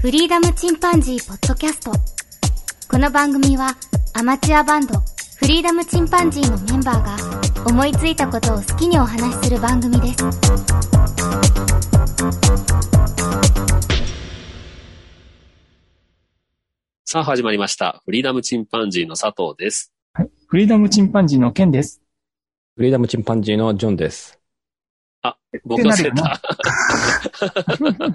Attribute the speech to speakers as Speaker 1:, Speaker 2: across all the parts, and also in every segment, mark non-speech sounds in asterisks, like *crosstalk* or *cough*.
Speaker 1: フリーダムチンパンジーポッドキャスト。この番組はアマチュアバンドフリーダムチンパンジーのメンバーが思いついたことを好きにお話しする番組です。
Speaker 2: さあ始まりました。フリーダムチンパンジーの佐藤です。
Speaker 3: フリーダムチンパンジーのケンです。
Speaker 4: フリーダムチンパンジーのジョンです。
Speaker 2: 僕はセンター。 *laughs*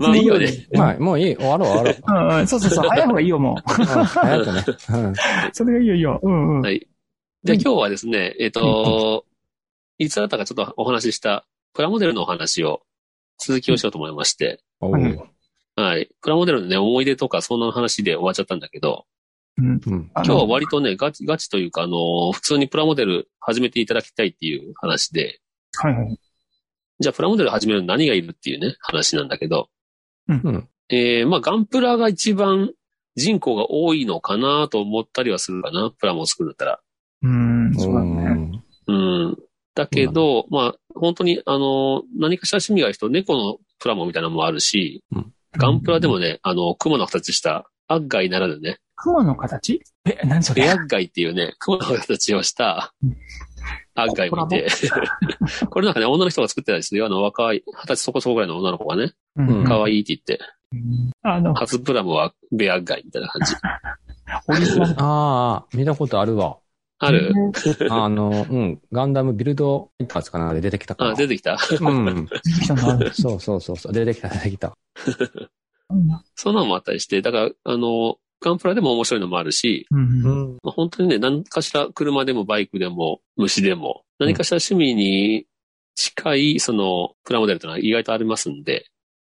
Speaker 2: まあいいよね。
Speaker 4: はい、もういい。終わろう、終わろう。
Speaker 3: うんうん、そうそうそう、早い方がいいよ、
Speaker 2: *laughs*
Speaker 3: も
Speaker 4: うん早くね。うん
Speaker 3: う。それがいいよ、いいよ。うんうん。
Speaker 2: はいじゃあ今日はですね、えっ、と、いつあなたがちょっとお話ししたプラモデルのお話を続きをしようと思いまして、
Speaker 4: おー
Speaker 2: はい。プラモデルのね、思い出とかそんな話で終わっちゃったんだけど、
Speaker 4: うん。
Speaker 3: あ
Speaker 2: 今
Speaker 3: の
Speaker 2: 日は割とね、ガチ、ガチというか、あの、普通にプラモデル始めていただきたいっていう話で、
Speaker 3: はいはい。
Speaker 2: じゃあプラモデル始めるの何がいるっていうね、話なんだけど、
Speaker 4: うん。
Speaker 2: えー、まあ、ガンプラが一番人口が多いのかなと思ったりはするかな、プラモを作るんだったら。
Speaker 3: うん、そうだね。
Speaker 4: ん
Speaker 2: うん。だけど、まあ、本当に、あの、何かしら趣味がある人、猫のプラモみたいなのもあるし、
Speaker 4: うん
Speaker 2: ガンプラでもね、あの、熊の形した、アッガイならぬね、
Speaker 3: 雲の形え、何そ
Speaker 2: レ
Speaker 3: れ
Speaker 2: アッガイっていう
Speaker 4: *laughs*
Speaker 2: ね、熊の形をした
Speaker 3: うん、
Speaker 2: アッガイもいて、 *laughs* これなんかね、女の人が作ってたりするよ、あの、若い、二十歳そこそこぐらいの女の子がね、
Speaker 3: う
Speaker 4: うん
Speaker 2: 可
Speaker 3: ん、
Speaker 2: 愛いって言って、
Speaker 3: あの、
Speaker 2: 初プラモはベアッガイみたいな感じ。
Speaker 3: オリジナル。
Speaker 4: ああ、見たことあるわ。
Speaker 2: ある
Speaker 4: あの、うん。ガンダムビルドファイターズかなで出てきたか
Speaker 2: あ、
Speaker 4: ら。
Speaker 2: 出てきた
Speaker 4: うん。
Speaker 3: 人の
Speaker 2: *laughs*
Speaker 3: ある
Speaker 4: そうそうそうそう。出てきた、出てきた。
Speaker 2: そんなのもあったりして、だから、あの、ガンプラでも面白いのもあるし、
Speaker 3: うん
Speaker 4: う
Speaker 3: うん
Speaker 4: ん。
Speaker 2: まあ本当にね、何かしら車でもバイクでも虫でも、何かしら趣味に近い、その、プラモデルというのは意外とありますんで、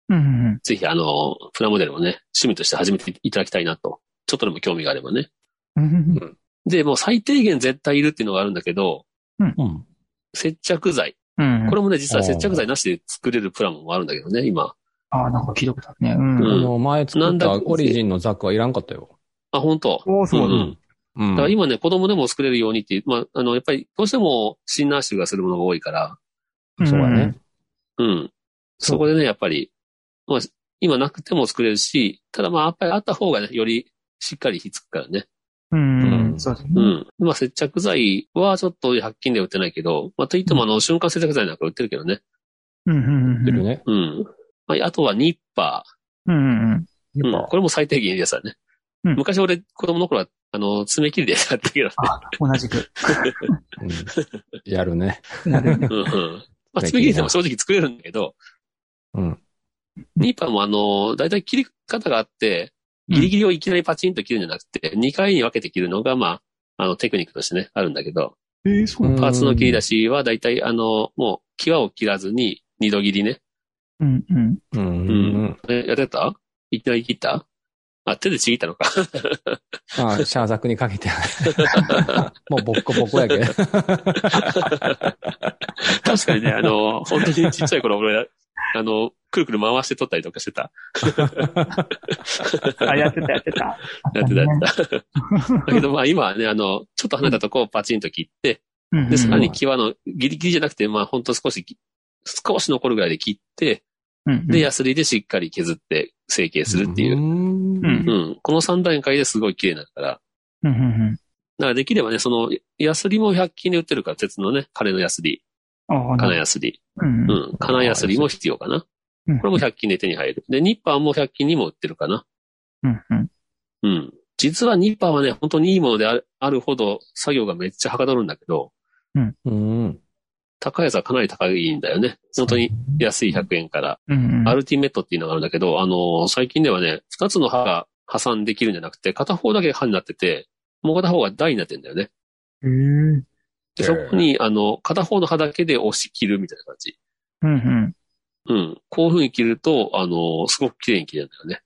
Speaker 3: うん
Speaker 2: ぜひ、あの、プラモデルをね、趣味として始めていただきたいなと。ちょっとでも興味があればね。
Speaker 3: うんうん
Speaker 2: で、もう最低限絶対いるっていうのがあるんだけど、
Speaker 4: うん。
Speaker 2: 接着剤。
Speaker 3: うん
Speaker 2: これもね、実は接着剤なしで作れるプラモもあるんだけどね、今。
Speaker 3: あー、なんか聞いたことあるね。う
Speaker 4: あ
Speaker 3: ん。
Speaker 4: の、前作ったオリジンのザクはいらんかったよ。
Speaker 2: あ、本当
Speaker 3: おー、そううん
Speaker 2: う
Speaker 3: だ
Speaker 2: ん。
Speaker 4: う
Speaker 2: だ
Speaker 4: ん。
Speaker 2: から今ね、子供でも作れるようにっていう、まあ、あの、やっぱりどうしてもシンナー臭がするものが多いから、
Speaker 4: そうだね。。
Speaker 2: うん。
Speaker 3: そ
Speaker 2: そ
Speaker 3: う
Speaker 2: こでね、やっぱり、まあ、今なくても作れるし、ただまあ、やっぱりあった方がね、よりしっかり火つくからね。
Speaker 3: うん。う
Speaker 4: うんん
Speaker 3: そうだね
Speaker 2: う。ん。まあ、接着剤はちょっと100均では売ってないけど、まあ、といってもあの、瞬間接着剤なんか売ってるけどね。
Speaker 3: うんうん
Speaker 4: 出
Speaker 3: うん
Speaker 4: るね。
Speaker 2: うん。まあ、あとはニッパ
Speaker 3: うんうんうん。
Speaker 2: ー。うん。これも最低限いいやつだね。
Speaker 3: うん
Speaker 2: 昔俺、子供の頃は、あの、爪切りでやったけどね。
Speaker 3: 同じく。
Speaker 4: うんやるね。
Speaker 3: なるね
Speaker 2: うんうん。まあ、爪切りでも正直作れるんだけど、
Speaker 4: うん。
Speaker 2: ニッパーもあの、だいたい切り方があって、ギリギリをいきなりパチンと切るんじゃなくて、2回に分けて切るのが、まあ、あの、テクニックとしてね、あるんだけど、
Speaker 3: えー、そうなんだ。
Speaker 2: パーツの切り出しはだいたいあの、もう、際を切らずに、二度切りね。
Speaker 3: うんうん。
Speaker 4: うん。
Speaker 2: う
Speaker 4: うん。
Speaker 2: え、やってたいきなり切ったあ、手でちぎったのか。
Speaker 4: ああ、シャーザクにかけて。
Speaker 2: *laughs*
Speaker 4: もうボッコボコやけど。
Speaker 2: 確かにね、あの、本当にちっちゃい頃俺、あの、くるくる回して取ったりとかしてた。
Speaker 3: あ、やってた、やってた。
Speaker 2: *laughs* やってた、やってた。だけどまあ今はね、あの、ちょっと離れたとこをパチンと切って、
Speaker 3: うん。
Speaker 2: で、
Speaker 4: す
Speaker 2: さ
Speaker 4: か
Speaker 2: ら
Speaker 4: ね
Speaker 2: に際の、ギリギリじゃなくて、まあ、ほんと少しき、少し残るぐらいで切って、
Speaker 3: うん。
Speaker 2: で、ヤスリでしっかり削って成形するっていう。
Speaker 4: ん
Speaker 3: うん
Speaker 2: うん。この3段階ですごい綺麗になるから。だ
Speaker 3: うんうん
Speaker 2: からできればね、その、ヤスリも100均で売ってるから、鉄のね、金のヤスリ、
Speaker 3: うん。ああ、
Speaker 2: 金ヤスリ。
Speaker 3: うん
Speaker 2: う
Speaker 3: うん。
Speaker 2: ん。金ヤスリも必要かな。
Speaker 3: うん
Speaker 2: これも100均で手に入る。で、ニッパーも100均にも売ってるかな。
Speaker 3: うんうん。
Speaker 2: うん。実はニッパーはね、本当にいいものであるあるほど作業がめっちゃはかどるんだけど、
Speaker 4: うん。
Speaker 2: 高いやつはかなり高いんだよね。本当に安い100円から
Speaker 3: うんうん。
Speaker 2: アルティメットっていうのがあるんだけど、あのー最近ではね、二つの歯が破産できるんじゃなくて、片方だけ歯になってて、もう片方が台になってんだよね。
Speaker 3: へえ。
Speaker 2: で
Speaker 4: へ
Speaker 2: そ
Speaker 4: ー
Speaker 2: こに、あの、片方の歯だけで押し切るみたいな感じ。
Speaker 3: うん
Speaker 2: うん。こういう風に切ると、あのーすごく綺麗に切れるんだよね。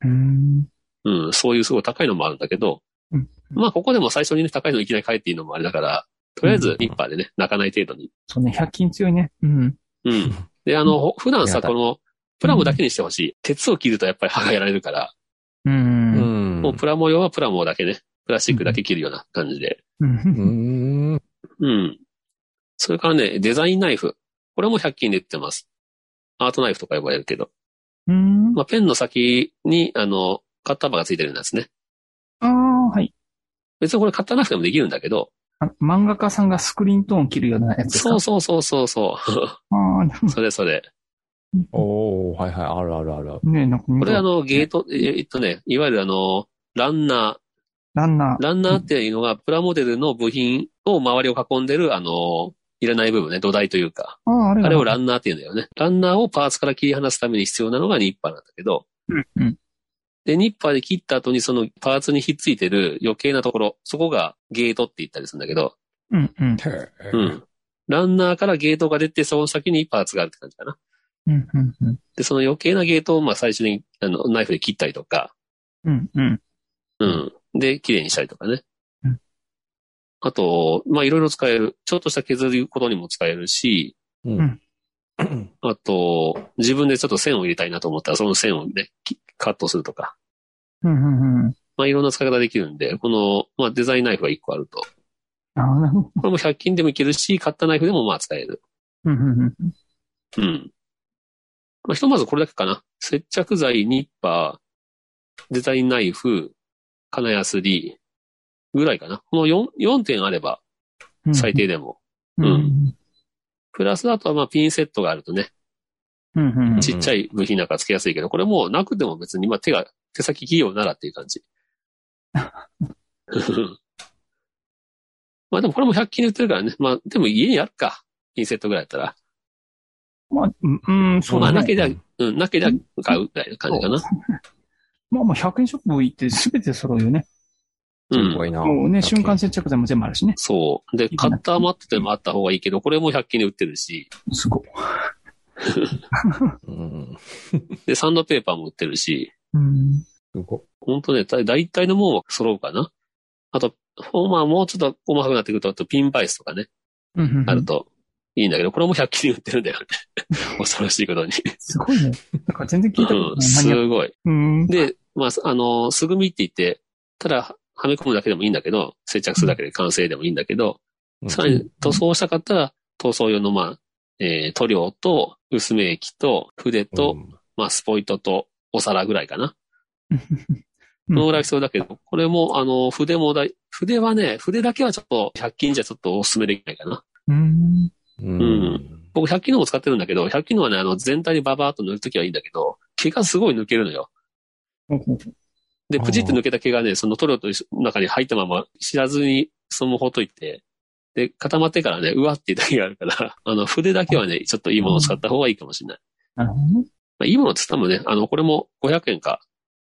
Speaker 3: うん。うん。
Speaker 2: うん。そういうすごい高いのもあるんだけど
Speaker 3: うん、
Speaker 2: まあ、ここでも最初にね、高いのいきなり変えていいのもあれだから、とりあえず、ニッパーでね、泣かない程度に。
Speaker 3: そうね、100均強いね。うん。
Speaker 2: うん。で、あの、ほ普段
Speaker 4: や
Speaker 2: さ、
Speaker 4: だ
Speaker 2: この、プラモだけにしてほしい。鉄を切るとやっぱり歯がやられるから、
Speaker 3: う。
Speaker 4: うんん。
Speaker 2: もうプラモ用はプラモだけね、プラスチックだけ切るような感じで。
Speaker 3: う。
Speaker 4: うんん。
Speaker 2: うん。それからね、デザインナイフ。これも100均で売ってます。アートナイフとか呼ばれるけど。
Speaker 3: うん。
Speaker 2: まあ、ペンの先に、あの、カッターバーがついてるんですね。
Speaker 3: ああ、はい。
Speaker 2: 別にこれカッターなくてもできるんだけど、
Speaker 3: あ漫画家さんがスクリーントーン切るようなやつですか
Speaker 2: そうそうそうそうそう。
Speaker 3: ああ、でも
Speaker 2: それそれ。
Speaker 4: おおはいはい、あるあるある。
Speaker 3: ね、なんか見
Speaker 2: こ
Speaker 3: た
Speaker 2: れあの、ゲート、ええっとね、いわゆるあの、ランナ
Speaker 3: ランナ
Speaker 2: ー。ランナーっていうのが、プラモデルの部品を周りを囲んでる、あの、いらない部分ね、土台というか。
Speaker 3: ー。ああ、あれ
Speaker 2: あ
Speaker 3: が
Speaker 2: れをランナーっていうんだよね。ランナーをパーツから切り離すために必要なのがニッパーなんだけど、
Speaker 3: うんうん。
Speaker 2: で、ニッパーで切った後にそのパーツにひっついてる余計なところ、そこがゲートって言ったりするんだけど、
Speaker 3: うんうん。
Speaker 2: う
Speaker 4: うん。
Speaker 2: ん。ランナーからゲートが出て、その先にパーツがあるって感じかな。
Speaker 3: うんうんうん。
Speaker 2: で、その余計なゲートを、まあ最初に、あの、ナイフで切ったりとか、
Speaker 3: うんうん。
Speaker 2: うん。で、綺麗にしたりとかね
Speaker 3: うん。
Speaker 2: あと、まあ、いろいろ使える。ちょっとした削ることにも使えるし、
Speaker 4: うん。
Speaker 2: あと、自分でちょっと線を入れたいなと思ったら、その線をね、きカットするとか。
Speaker 3: うんうんうん。
Speaker 2: まあ、いろんな使い方できるんで、この、まあ、デザインナイフが1個あると。
Speaker 3: ああ、なるほど。
Speaker 2: これも100均でもいけるし、買ったナイフでもまあ使える。
Speaker 3: うんうんうん。
Speaker 2: うん。まあ、ひとまずこれだけかな。接着剤、ニッパー、デザインナイフ、金やすりぐらいかな。この 4, 4点あれば、
Speaker 3: うん
Speaker 2: 最。低でも。
Speaker 3: うんうん
Speaker 2: プラスあとはまあピンセットがあるとね、
Speaker 3: うんうんうん。
Speaker 2: ちっちゃい部品なんかつけやすいけど、これもうなくても別にまあ手が、手先器用ならっていう感
Speaker 3: *laughs*
Speaker 2: じ。まあでもこれも100均で売ってるからね。まあでも家にあるか。ピンセットぐらいだったら。
Speaker 3: まあ、うんうん、そう
Speaker 2: まあ
Speaker 3: だ
Speaker 2: な
Speaker 3: ね。
Speaker 2: けりゃ、うん、なけりゃ買うぐらいの感じかな。
Speaker 3: まあまあ、100円ショップ行って全て揃うよね。
Speaker 2: う
Speaker 4: すご
Speaker 2: ん。
Speaker 4: いな。
Speaker 3: もうね、瞬間接着剤も全部あるしね。
Speaker 2: そう。で、カッターマットでもあった方がいいけど、これも100均で売ってるし、
Speaker 3: すごい。
Speaker 4: うん。
Speaker 2: で、サンドペーパーも売ってるし、
Speaker 3: うん。
Speaker 4: すごい。
Speaker 2: 本当ね、だ大体のもんは揃うかな。あと、まあもうちょっと細かくなってくると、あとピンバイスとかね。
Speaker 3: うんうんうん
Speaker 2: あるといいんだけど、これも100均で売ってるんだ
Speaker 3: *laughs*
Speaker 2: よね。恐ろしいことに。
Speaker 3: すごいね。なんか全然聞いたこと
Speaker 2: うん、
Speaker 3: ないマニアッ
Speaker 2: すごい。
Speaker 3: ク。うん。
Speaker 2: で、まあ、あの、素組みって言って、ただはめ込むだけでもいいんだけど、接着するだけで完成でもいいんだけど、
Speaker 4: うん
Speaker 2: さらに塗装したかったら、塗装用の、まあ、えー塗料と、薄め液と、筆と、まあ、スポイトと、お皿ぐらいかな。
Speaker 3: うん
Speaker 2: のぐらい必要だけど、これも、あの、筆もだい、筆はね、筆だけはちょっと、100均じゃちょっとお勧めできないかな。
Speaker 3: うん。
Speaker 4: うん。
Speaker 2: ん僕100均のも使ってるんだけど、100均のはね、あの、全体にババーっと塗るときはいいんだけど、毛がすごい抜けるのよ。
Speaker 3: ほうほう
Speaker 2: で、
Speaker 4: あー
Speaker 2: プチって抜けた毛がね、その塗料と一緒中に入ったまま知らずにそのままほっといて、で、固まってからね、うわっていうだけがあるから、 *laughs* あの、筆だけはね、ちょっといいものを使った方がいいかもしれない。
Speaker 3: なるほどね。
Speaker 2: まあ、いいものって言ったもね、あの、これも500円か、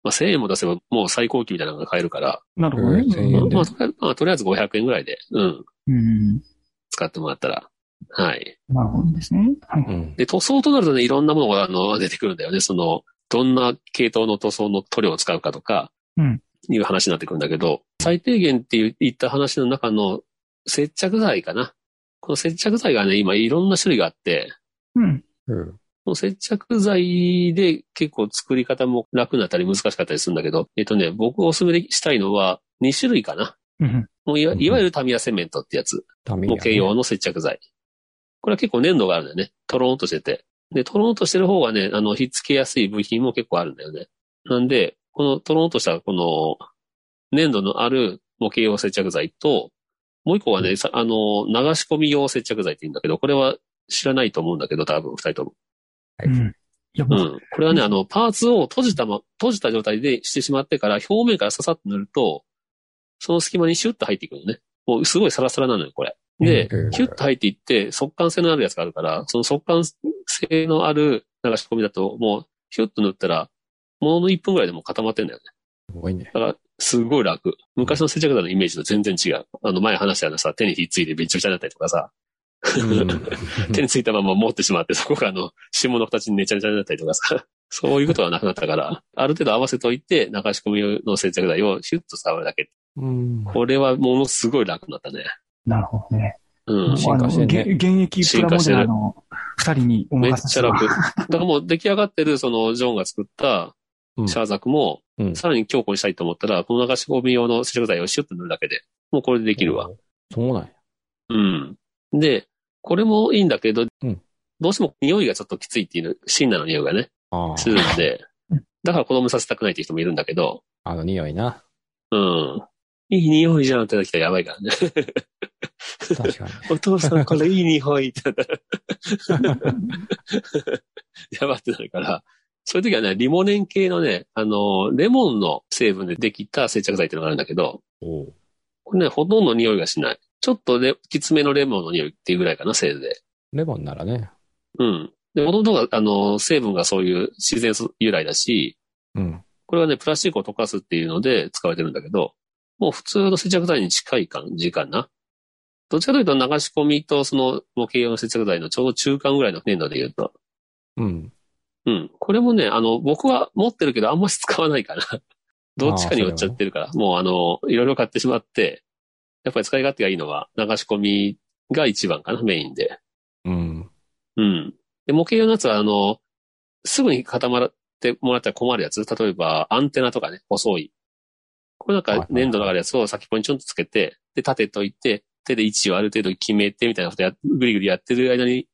Speaker 2: まあ、1000円も出せばもう最高級みたいなのが買えるから、
Speaker 3: なるほどね。
Speaker 4: うん1000円で
Speaker 2: まあ、とりあえずまあとりあえず500円ぐらいで、うん、
Speaker 3: うん。
Speaker 2: 使ってもらったら。はい。
Speaker 3: なるほどですね。はい。
Speaker 4: うん。
Speaker 2: で、塗装となるとね、いろんなものがあの出てくるんだよね。その、どんな系統の塗装の塗料を使うかとか、
Speaker 3: うん
Speaker 2: いう話になってくるんだけど、最低限っていう言った話の中の接着剤かな。この接着剤がね、今いろんな種類があって、
Speaker 3: うん。
Speaker 4: うん
Speaker 2: この接着剤で結構作り方も楽になったり難しかったりするんだけど、えっとね、僕おすすめしたいのは2種類かな。
Speaker 3: うん。
Speaker 2: もういわ
Speaker 4: うん
Speaker 2: いわゆるタミヤセメントってやつ。
Speaker 4: ダメや
Speaker 2: 模
Speaker 4: ね
Speaker 2: 型用の接着剤。これは結構粘土があるんだよね。トローンとしてて。で、トローンとしてる方がね、あの、ひっつけやすい部品も結構あるんだよね。なんで、このトローンとしたこの、粘土のある模型用接着剤と、もう一個はね、さあの、流し込み用接着剤って言うんだけど、これは知らないと思うんだけど、多分、二人とも。
Speaker 4: は
Speaker 3: う
Speaker 4: い
Speaker 3: ん。いや、
Speaker 2: う
Speaker 3: 僕、
Speaker 2: ん。これはね、あの、パーツを閉じたま、閉じた状態でしてしまってから、表面からささっと塗ると、その隙間にシュッと入っていくのね。もうすごいサラサラなのよ、これ。で、
Speaker 4: うん
Speaker 2: キュッと入っていって、速乾性のあるやつがあるから、その速乾性のある流し込みだと、もう、ヒュッと塗ったら、ものの1分ぐらいでもう固まってんだよね。
Speaker 4: すごいね。
Speaker 2: すごい楽。昔の接着剤のイメージと全然違う。あの、前話したようなさ、手にひっついてびっちょびちょになったりとかさ、手についたまま持ってしまって、そこがあの、霜の形にねちゃねちゃになったりとかさ、 *laughs* そういうことはなくなったから、ある程度合わせといて、流し込みの接着剤をシュッと触るだけ。
Speaker 4: うん。
Speaker 2: これはものすごい楽になったね。
Speaker 3: なるほどね。
Speaker 2: うん。
Speaker 4: 進化してんね
Speaker 3: あの現現役プラモデラーの二人にお
Speaker 2: めっ
Speaker 3: 任せ
Speaker 2: ち
Speaker 3: す
Speaker 2: ゃ
Speaker 3: るわ
Speaker 2: 楽。だからもう出来上がってる、その、ジョンが作った
Speaker 4: う、ん
Speaker 2: シャーザクも、
Speaker 4: うん
Speaker 2: さらに強固にしたいと思ったら、この流し込み用の接着剤をシュッと塗るだけで、もうこれでできるわ。。
Speaker 4: そうなんや。
Speaker 2: うん。で、これもいいんだけど、
Speaker 4: うん
Speaker 2: どうしても匂いがちょっときついっていう、シンナーの匂いがね。
Speaker 4: ああ
Speaker 2: するんで
Speaker 3: うん、
Speaker 2: だから子供にさせたくないって人もいるんだけど、
Speaker 4: あの匂いな。
Speaker 2: うん。いい匂いじゃんってなってきたらやばいからね。
Speaker 4: 確かに。
Speaker 2: お父さんこれいい匂いってなったら、やばってなるから、そういう時はね、リモネン系のね、あの、レモンの成分でできた接着剤っていうのがあるんだけど、
Speaker 4: おう
Speaker 2: これね、ほとんど匂いがしない。ちょっとね、きつめのレモンの匂いっていうぐらいかな、せいで。
Speaker 4: レモンならね。
Speaker 2: うん。で、もともとが、あの、成分がそういう自然由来だし、
Speaker 4: うん。
Speaker 2: これはね、プラスチックを溶かすっていうので使われてるんだけど、もう普通の接着剤に近い感じかな。どっちかというと流し込みとその模型用の接着剤のちょうど中間ぐらいの粘土で言うと。
Speaker 4: うん。
Speaker 2: うん。これもね、あの、僕は持ってるけどあんまり使わない *laughs* から。どっちかに寄っちゃってるから。もうあの、いろいろ買ってしまって、やっぱり使い勝手がいいのは流し込みが一番かな、メインで。
Speaker 4: うん。
Speaker 2: うん。で、模型用のやつは、あの、すぐに固まってもらったら困るやつ。例えば、アンテナとかね、細い。これなん
Speaker 4: はいは
Speaker 2: か
Speaker 4: い
Speaker 2: 粘土のあるやつを先っぽにちょんとつけて、で、立てといて、手で位置をある程度決めてみたいなことや、ぐりぐりやってる間に、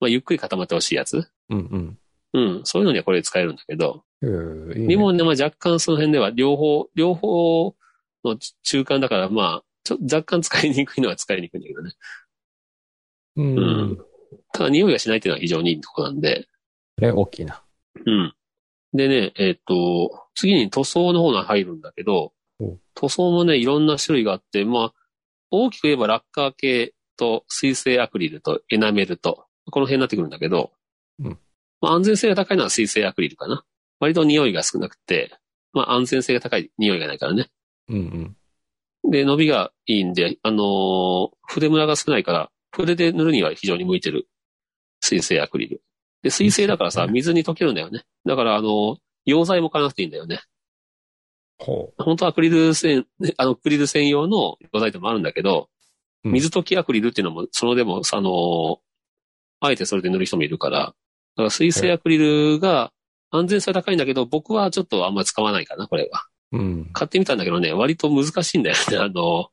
Speaker 2: まあ、ゆっくり固まってほしいやつ。
Speaker 4: うん。
Speaker 2: うん。そういうのにはこれ使えるんだけど、
Speaker 4: うん。いいね
Speaker 2: リモンでも若干その辺では両方、両方の中間だから、まあ、ちょ若干使いにくいのは使いにくいんだけどね。
Speaker 4: うん。
Speaker 2: うんただ匂いがしないっていうのは非常にいいとこなんで、
Speaker 4: それ大きいな。
Speaker 2: うん。でね、えっ、と、次に塗装の方が入るんだけど
Speaker 4: お、
Speaker 2: 塗装もね、いろんな種類があって、まあ、大きく言えばラッカー系と水性アクリルとエナメルと、この辺になってくるんだけど、
Speaker 4: うん
Speaker 2: まあ、安全性が高いのは水性アクリルかな。割と匂いが少なくて、まあ、安全性が高い匂いがないからね。
Speaker 4: うんうん。
Speaker 2: で、伸びがいいんで、あのー筆ムラが少ないから、筆で塗るには非常に向いてる。水性アクリル。で、水性だからさ、
Speaker 4: うん
Speaker 2: 水に溶けるんだよね。だから、あのー溶剤も買わなくていいんだよね。
Speaker 4: ほ
Speaker 2: 本当はアクリル線、 *laughs* あの、アクリル専用の溶剤でもあるんだけど、
Speaker 4: うん
Speaker 2: 水溶きアクリルっていうのも、そのでも、あのーあえてそれで塗る人もいるから、だから水性アクリルが安全性は高いんだけど、僕はちょっとあんまり使わないかな、これは。
Speaker 4: う。うん。
Speaker 2: 買ってみたんだけどね、割と難しいんだよね。 *laughs* あの、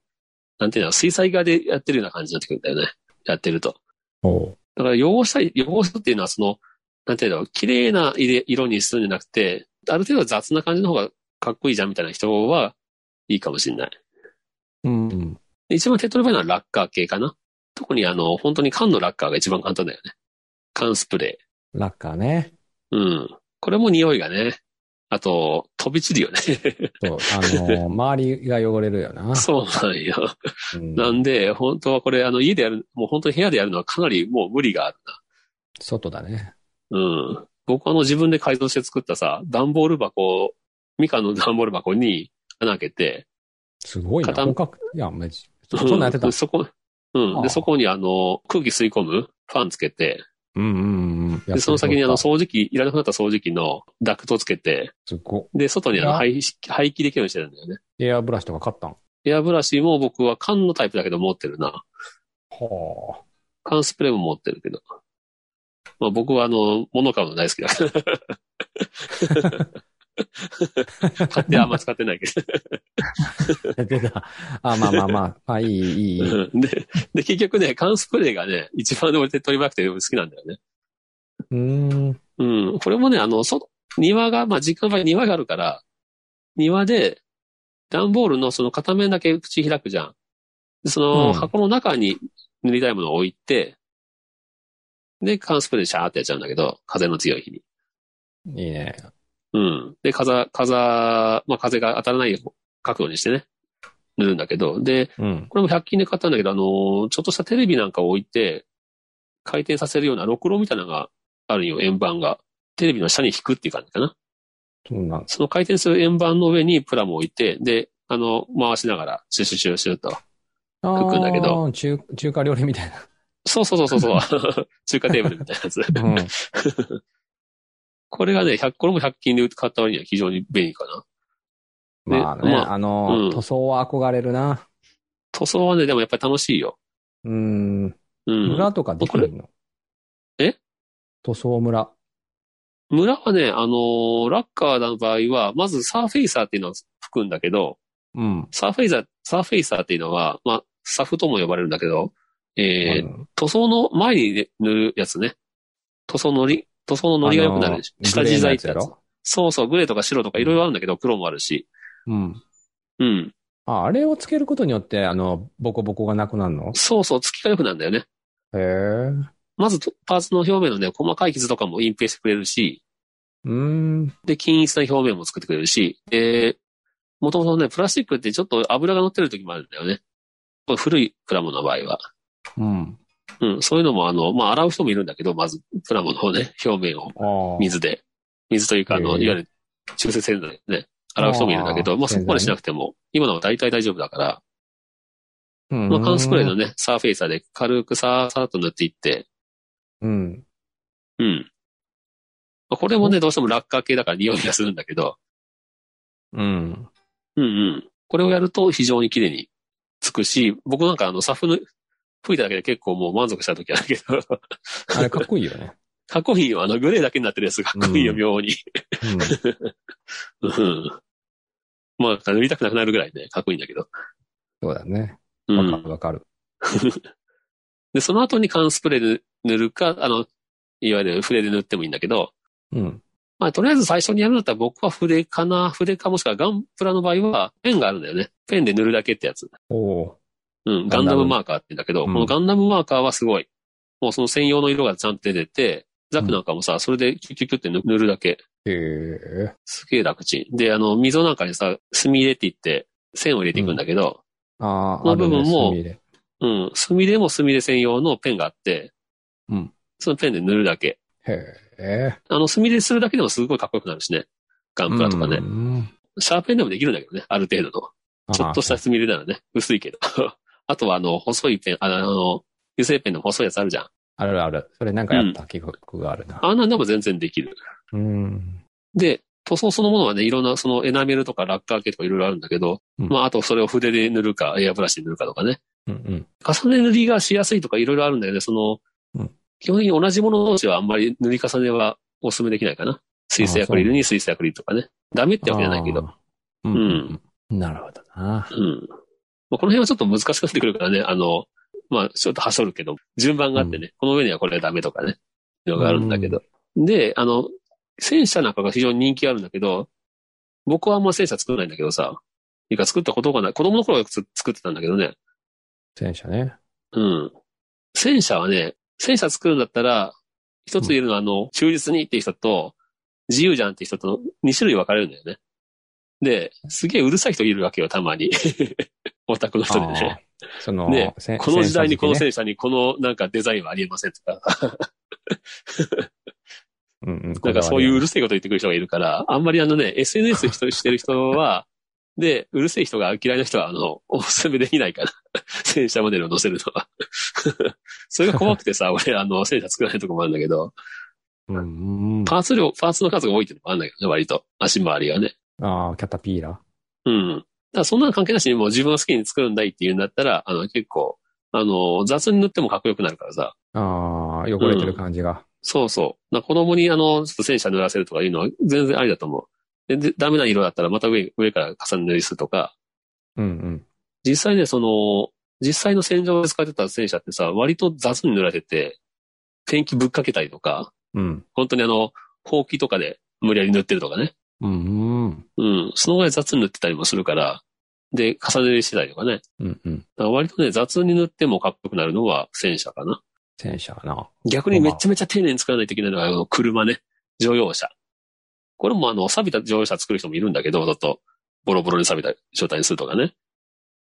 Speaker 2: なんていうの、水彩画でやってるような感じになってくるんだよね。やってると。
Speaker 4: ほ
Speaker 2: だから汚したい、汚すっていうのはその、なんていうの、綺麗な色で色にするんじゃなくて、ある程度雑な感じの方がかっこいいじゃんみたいな人はいいかもしれない。
Speaker 4: う。うん。
Speaker 2: で一番手っ取り早いのはラッカー系かな。特にあの、本当に缶のラッカーが一番簡単だよね。缶スプレ
Speaker 4: ラッカーね。
Speaker 2: ー。うん。これも匂いがね。あと、飛び散るよね。
Speaker 4: そう。
Speaker 2: *laughs*
Speaker 4: あのー、周りが汚れるよな。
Speaker 2: そうなんよ。
Speaker 4: うん
Speaker 2: なんで、本当はこれ、あの、家でやる、もう本当に部屋でやるのはかなりもう無理がある
Speaker 4: 外だね。
Speaker 2: な。うん。僕はあの自分で改造して作ったさ、段ボール箱を、みかんの段ボール箱に *laughs* 穴開けて、
Speaker 4: すごいな。
Speaker 2: 片
Speaker 4: 本格。いや、めちそんなんやってた
Speaker 2: うん。そこ、うん。
Speaker 4: あ
Speaker 2: で、
Speaker 4: あ
Speaker 2: そこにあの、空気吸い込むファンつけて、
Speaker 4: うんうんうん。
Speaker 2: で、その先にあの、
Speaker 4: そうか
Speaker 2: 掃除機、いらなくなった掃除機のダクトつけて、
Speaker 4: すご
Speaker 2: で、外にあ
Speaker 4: う
Speaker 2: の、
Speaker 4: わ
Speaker 2: 排気、排気できるようにしてるんだよね。
Speaker 4: い。エアブラシとか買ったん
Speaker 2: エアブラシも僕は缶のタイプだけど持ってるな。
Speaker 4: はあ。
Speaker 2: 缶スプレーも持ってるけど。まあ僕はあの、物買うの大好きだから。買ってあんま使ってないけ
Speaker 4: 出た。あ、まあまあまあ。
Speaker 2: *laughs*
Speaker 4: まあ、いい、いい、いい。
Speaker 2: ど。で、で、結局ね、缶スプレーがね、一番俺手っ取り早くて好きなんだよね。
Speaker 4: うん。
Speaker 2: うん。これもね、あの、そ、庭が、まあ実家の場合庭があるから、庭で、段ボールのその片面だけ口開くじゃん。でその
Speaker 4: うん
Speaker 2: 箱の中に塗りたいものを置いて、で、缶スプレーでシャーってやっちゃうんだけど、風の強い日に。
Speaker 4: いいね。
Speaker 2: うん。で、風、風、まあ、風が当たらない角度にしてね、塗るんだけど、で、
Speaker 4: うん。
Speaker 2: これも100均で買ったんだけど、あのーちょっとしたテレビなんかを置いて、回転させるような、ろくろみたいなのがあるよ、円盤が。テレビの下に引くっていう感じかな。
Speaker 4: そうなん
Speaker 2: その回転する円盤の上にプラムを置いて、で、あの、回しながら、シュシュシュシュと。
Speaker 4: あ
Speaker 2: くんだけど
Speaker 4: ー中、中華料理みたい
Speaker 2: そうそうそうそう
Speaker 4: *laughs*
Speaker 2: そう。中華テーブルみたいなやつ。
Speaker 4: な。
Speaker 2: *laughs*
Speaker 4: うん。
Speaker 2: これがね、100、これも100均で買った割には非常に便利かな。で
Speaker 4: まあね、
Speaker 2: ま
Speaker 4: あ、の、
Speaker 2: うん
Speaker 4: 塗装は憧れるな。
Speaker 2: 塗装はね、でもやっぱり楽しいよ。
Speaker 4: うん。
Speaker 2: うん。
Speaker 4: 村とかできるの
Speaker 2: え
Speaker 4: 塗装村。
Speaker 2: 村はね、あのーラッカーの場合は、まずサーフェイサーっていうのを吹くんだけど、
Speaker 4: うん。
Speaker 2: サーフェイサー、サーフェイサーっていうのは、まあ、サフとも呼ばれるんだけど、えー
Speaker 4: うん
Speaker 2: 塗装の前にね塗るやつね。塗装のり、塗装のノリが良くなるでし
Speaker 4: あ
Speaker 2: ょ。
Speaker 4: の
Speaker 2: 下地材って
Speaker 4: グレ
Speaker 2: や
Speaker 4: ーのや
Speaker 2: つ
Speaker 4: つや。ろ
Speaker 2: そうそう、グレーとか白とかいろいろあるんだけど、黒もあるし。
Speaker 4: うん。
Speaker 2: うん。
Speaker 4: あ、あれをつけることによって、あの、ボコボコがなくなるの
Speaker 2: そうそう、付きが良くなるんだよね。
Speaker 4: へえ。
Speaker 2: まず、パーツの表面のね、細かい傷とかも隠蔽してくれるし、
Speaker 4: うーん。
Speaker 2: で、均一な表面も作ってくれるし、で、もともとね、プラスチックってちょっと油が乗ってる時もあるんだよね。これ古いプラモの場合は。
Speaker 4: うん。
Speaker 2: うん、そういうのも、あの、まあ、洗う人もいるんだけど、まず、プラモのね、表面を
Speaker 4: ああ。
Speaker 2: 水で。水というか、あの、い
Speaker 4: へ
Speaker 2: わ
Speaker 4: え
Speaker 2: ゆる中性洗剤でね、洗う人もいるんだけ
Speaker 4: あ
Speaker 2: ど、
Speaker 4: ー
Speaker 2: まあ、そこまでしなくても、今のは大体大丈夫だから、
Speaker 4: うん。
Speaker 2: まあ、缶スプレーのね、サーフェイサーで軽くサーサーっと塗っていって、
Speaker 4: うん。
Speaker 2: うん。まあこれもね、どうしても落下系だから匂いがするんだけど、
Speaker 4: うん。
Speaker 2: うんうん。これをやると非常に綺麗につくし、僕なんかあの、サフの吹いただけで結構もう満足した時あるけど、 *laughs*
Speaker 4: あれかっこいいよね。
Speaker 2: かっこいいよ。あの、グレーだけになってるやつがかっこいいよ、
Speaker 4: うん
Speaker 2: 妙に。
Speaker 4: *laughs*
Speaker 2: うん。まあ、塗りたくなくなるぐらいね、かっこいいんだけど。
Speaker 4: うん。そうだね。
Speaker 2: う
Speaker 4: わか
Speaker 2: ん。
Speaker 4: るわかる。
Speaker 2: で、その後に缶スプレーで塗るか、あの、いわゆる筆で塗ってもいいんだけど、
Speaker 4: うん。
Speaker 2: まあ、とりあえず最初にやるんだったら僕は筆かな、筆かもしくはガンプラの場合はペンがあるんだよね。ペンで塗るだけってやつ。
Speaker 4: おお
Speaker 2: うん、ガンダムマーカーって言うんだけど、
Speaker 4: うん
Speaker 2: このガンダムマーカーはすごい。もうその専用の色がちゃんと出てて、ザクなんかもさ、それでキュキュキュって塗るだけ。
Speaker 4: ー。へえ。
Speaker 2: すげえ楽ちん。で、あの、溝なんかにさ、墨入れていって、線を入れていくんだけど、
Speaker 4: あ
Speaker 2: こ
Speaker 4: あ、
Speaker 2: の
Speaker 4: あるね
Speaker 2: 部分も
Speaker 4: 墨入れ
Speaker 2: うん、墨でも墨で専用のペンがあって、
Speaker 4: うん
Speaker 2: そのペンで塗るだけ。
Speaker 4: へえ。
Speaker 2: あの、墨でするだけでもすごいかっこよくなるしね。ガンプラとかね。
Speaker 4: ね。
Speaker 2: シャーペンでもできるんだけどね、ある程度の。ちょっとした墨入れならね、薄いけど。 *laughs* あとは、あの、細いペン、あのあの、油性ペンでも細いやつあるじゃん。
Speaker 4: あるある。それなんかやった記憶があるな。
Speaker 2: あんなんでも全然できる。
Speaker 4: うん。
Speaker 2: で、塗装そのものはね、いろんな、そのエナメルとかラッカー系とかいろいろあるんだけど、
Speaker 4: うん
Speaker 2: まあ、あとそれを筆で塗るか、エアブラシで塗るかとかね。
Speaker 4: うん
Speaker 2: 重ね塗りがしやすいとかいろいろあるんだよね。その、
Speaker 4: うん
Speaker 2: 基本的に同じもの同士はあんまり塗り重ねはお勧めできないかな。水性アクリルに水性アクリルとかね。ダメってわけじゃないけど。。
Speaker 4: うんん。
Speaker 2: う
Speaker 4: うんんなるほどな。
Speaker 2: うん。まあ、この辺はちょっと難しくなってくるからね、あの、まあ、ちょっとはしょるけど、順番があってね、この上にはこれはダメとかね、いうのがあるんだけど。で、あの、戦車なんかが非常に人気あるんだけど、僕はあんま戦車作らないんだけどさ、いいか作ったことがない。子供の頃はよくつ作ってたんだけどね。
Speaker 4: 戦車ね。
Speaker 2: うん。戦車はね、戦車作るんだったら、一つ言えるのは、あの、忠実にっていう人と、自由じゃんっていう人と、二種類分かれるんだよね。で、すげえうるさい人いるわけよ、たまに。 *laughs* オタクの人でね。
Speaker 4: あーその
Speaker 2: ね、
Speaker 4: せ
Speaker 2: この時代にこの
Speaker 4: 戦車
Speaker 2: 戦車
Speaker 4: 好
Speaker 2: にこのなんかデザインはありえませんとか、
Speaker 4: きねうんうん。
Speaker 2: なんかそういううる
Speaker 4: さ
Speaker 2: せえこと言ってくる人がいるから、あんまりあのね、SNS 人してる人は、で、うるせえ人が嫌いな人は、あの、お勧めできないから、 *laughs* 戦車モデルを載せるのは。 *laughs* それが怖くてさ、俺、あの、戦車作らないとこもあるんだけど、
Speaker 4: うんうん。
Speaker 2: パーツ量、パーツの数が多いっていうのもあるんだけどね、割と。足回りがね。
Speaker 4: ああ、キャタピーラ
Speaker 2: うん。だからそんなの関係なしにもう自分が好きに作るんだいっていうんだったら、あの、結構、あの、雑に塗ってもかっこよくなるからさ、
Speaker 4: ー。ああ、汚れてる感じが。
Speaker 2: そうそう。な子供に、あの、ちょっと戦車塗らせるとかいうのは全然ありだと思う。で、でダメな色だったらまた上、上から重ね塗りするとか、
Speaker 4: うん
Speaker 2: 実際ね、その、実際の戦場で使ってた戦車ってさ、割と雑に塗られてて、ペンキぶっかけたりとか、
Speaker 4: うん。うん。
Speaker 2: 本当にあの、ほうきとかで無理やり塗ってるとかね。
Speaker 4: うんうん。
Speaker 2: うん。そのぐらい雑に塗ってたりもするから、で、重ね塗りしてたりとかね。
Speaker 4: うんうん。
Speaker 2: だから割とね、雑に塗ってもかっこよくなるのは戦車かな。
Speaker 4: 戦車な。
Speaker 2: 逆にめちゃめちゃ丁寧に作らないといけないのは、あの、車ね。乗用車。これもあの、錆びた乗用車作る人もいるんだけど、ちょっと、ボロボロに錆びた状態にするとかね。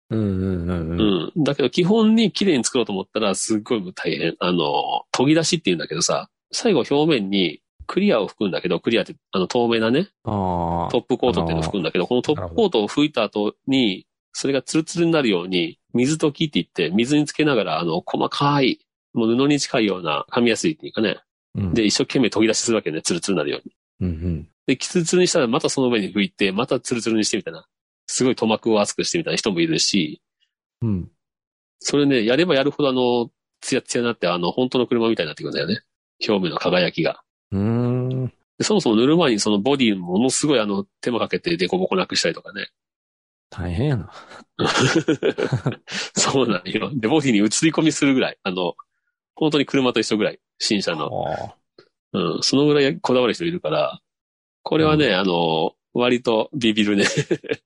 Speaker 4: うんうんうん
Speaker 2: う
Speaker 4: うん。
Speaker 2: ん。だけど、基本に綺麗に作ろうと思ったら、すっごい大変。あの、研ぎ出しって言うんだけどさ、最後表面にクリアを含くんだけど、クリアって、あの、透明なね、
Speaker 4: ああ。
Speaker 2: トップコートっていうのを含くんだけど、このトップコートを拭いた後に、それがツルツルになるように、水溶きって言って、水につけながら、あの、細かい、もう布に近いような、噛みやすいっていうかね、
Speaker 4: うん
Speaker 2: で、一生懸命研ぎ出しするわけね、ツルツルになるように。
Speaker 4: うんうん。
Speaker 2: で、ツルツルにしたらまたその上に拭いて、またツルツルにしてみたいな。すごい塗膜を厚くしてみたいな人もいるし、
Speaker 4: うん。
Speaker 2: それね、やればやるほどあの、ツヤツヤになって、あの、本当の車みたいになってくるんだよね。表面の輝きが。
Speaker 4: うーん。
Speaker 2: でそもそも塗る前にそのボディものすごいあの、手間かけてデコボコなくしたりとかね。
Speaker 4: 大変やな。
Speaker 2: そうなんよ。で、ボディに映り込みするぐらい。あの、本当に車と一緒ぐらい。新車の。
Speaker 4: ああ
Speaker 2: うん、そのぐらいこだわる人いるから、これはね、
Speaker 4: う
Speaker 2: あの、割とビビるね。 *laughs*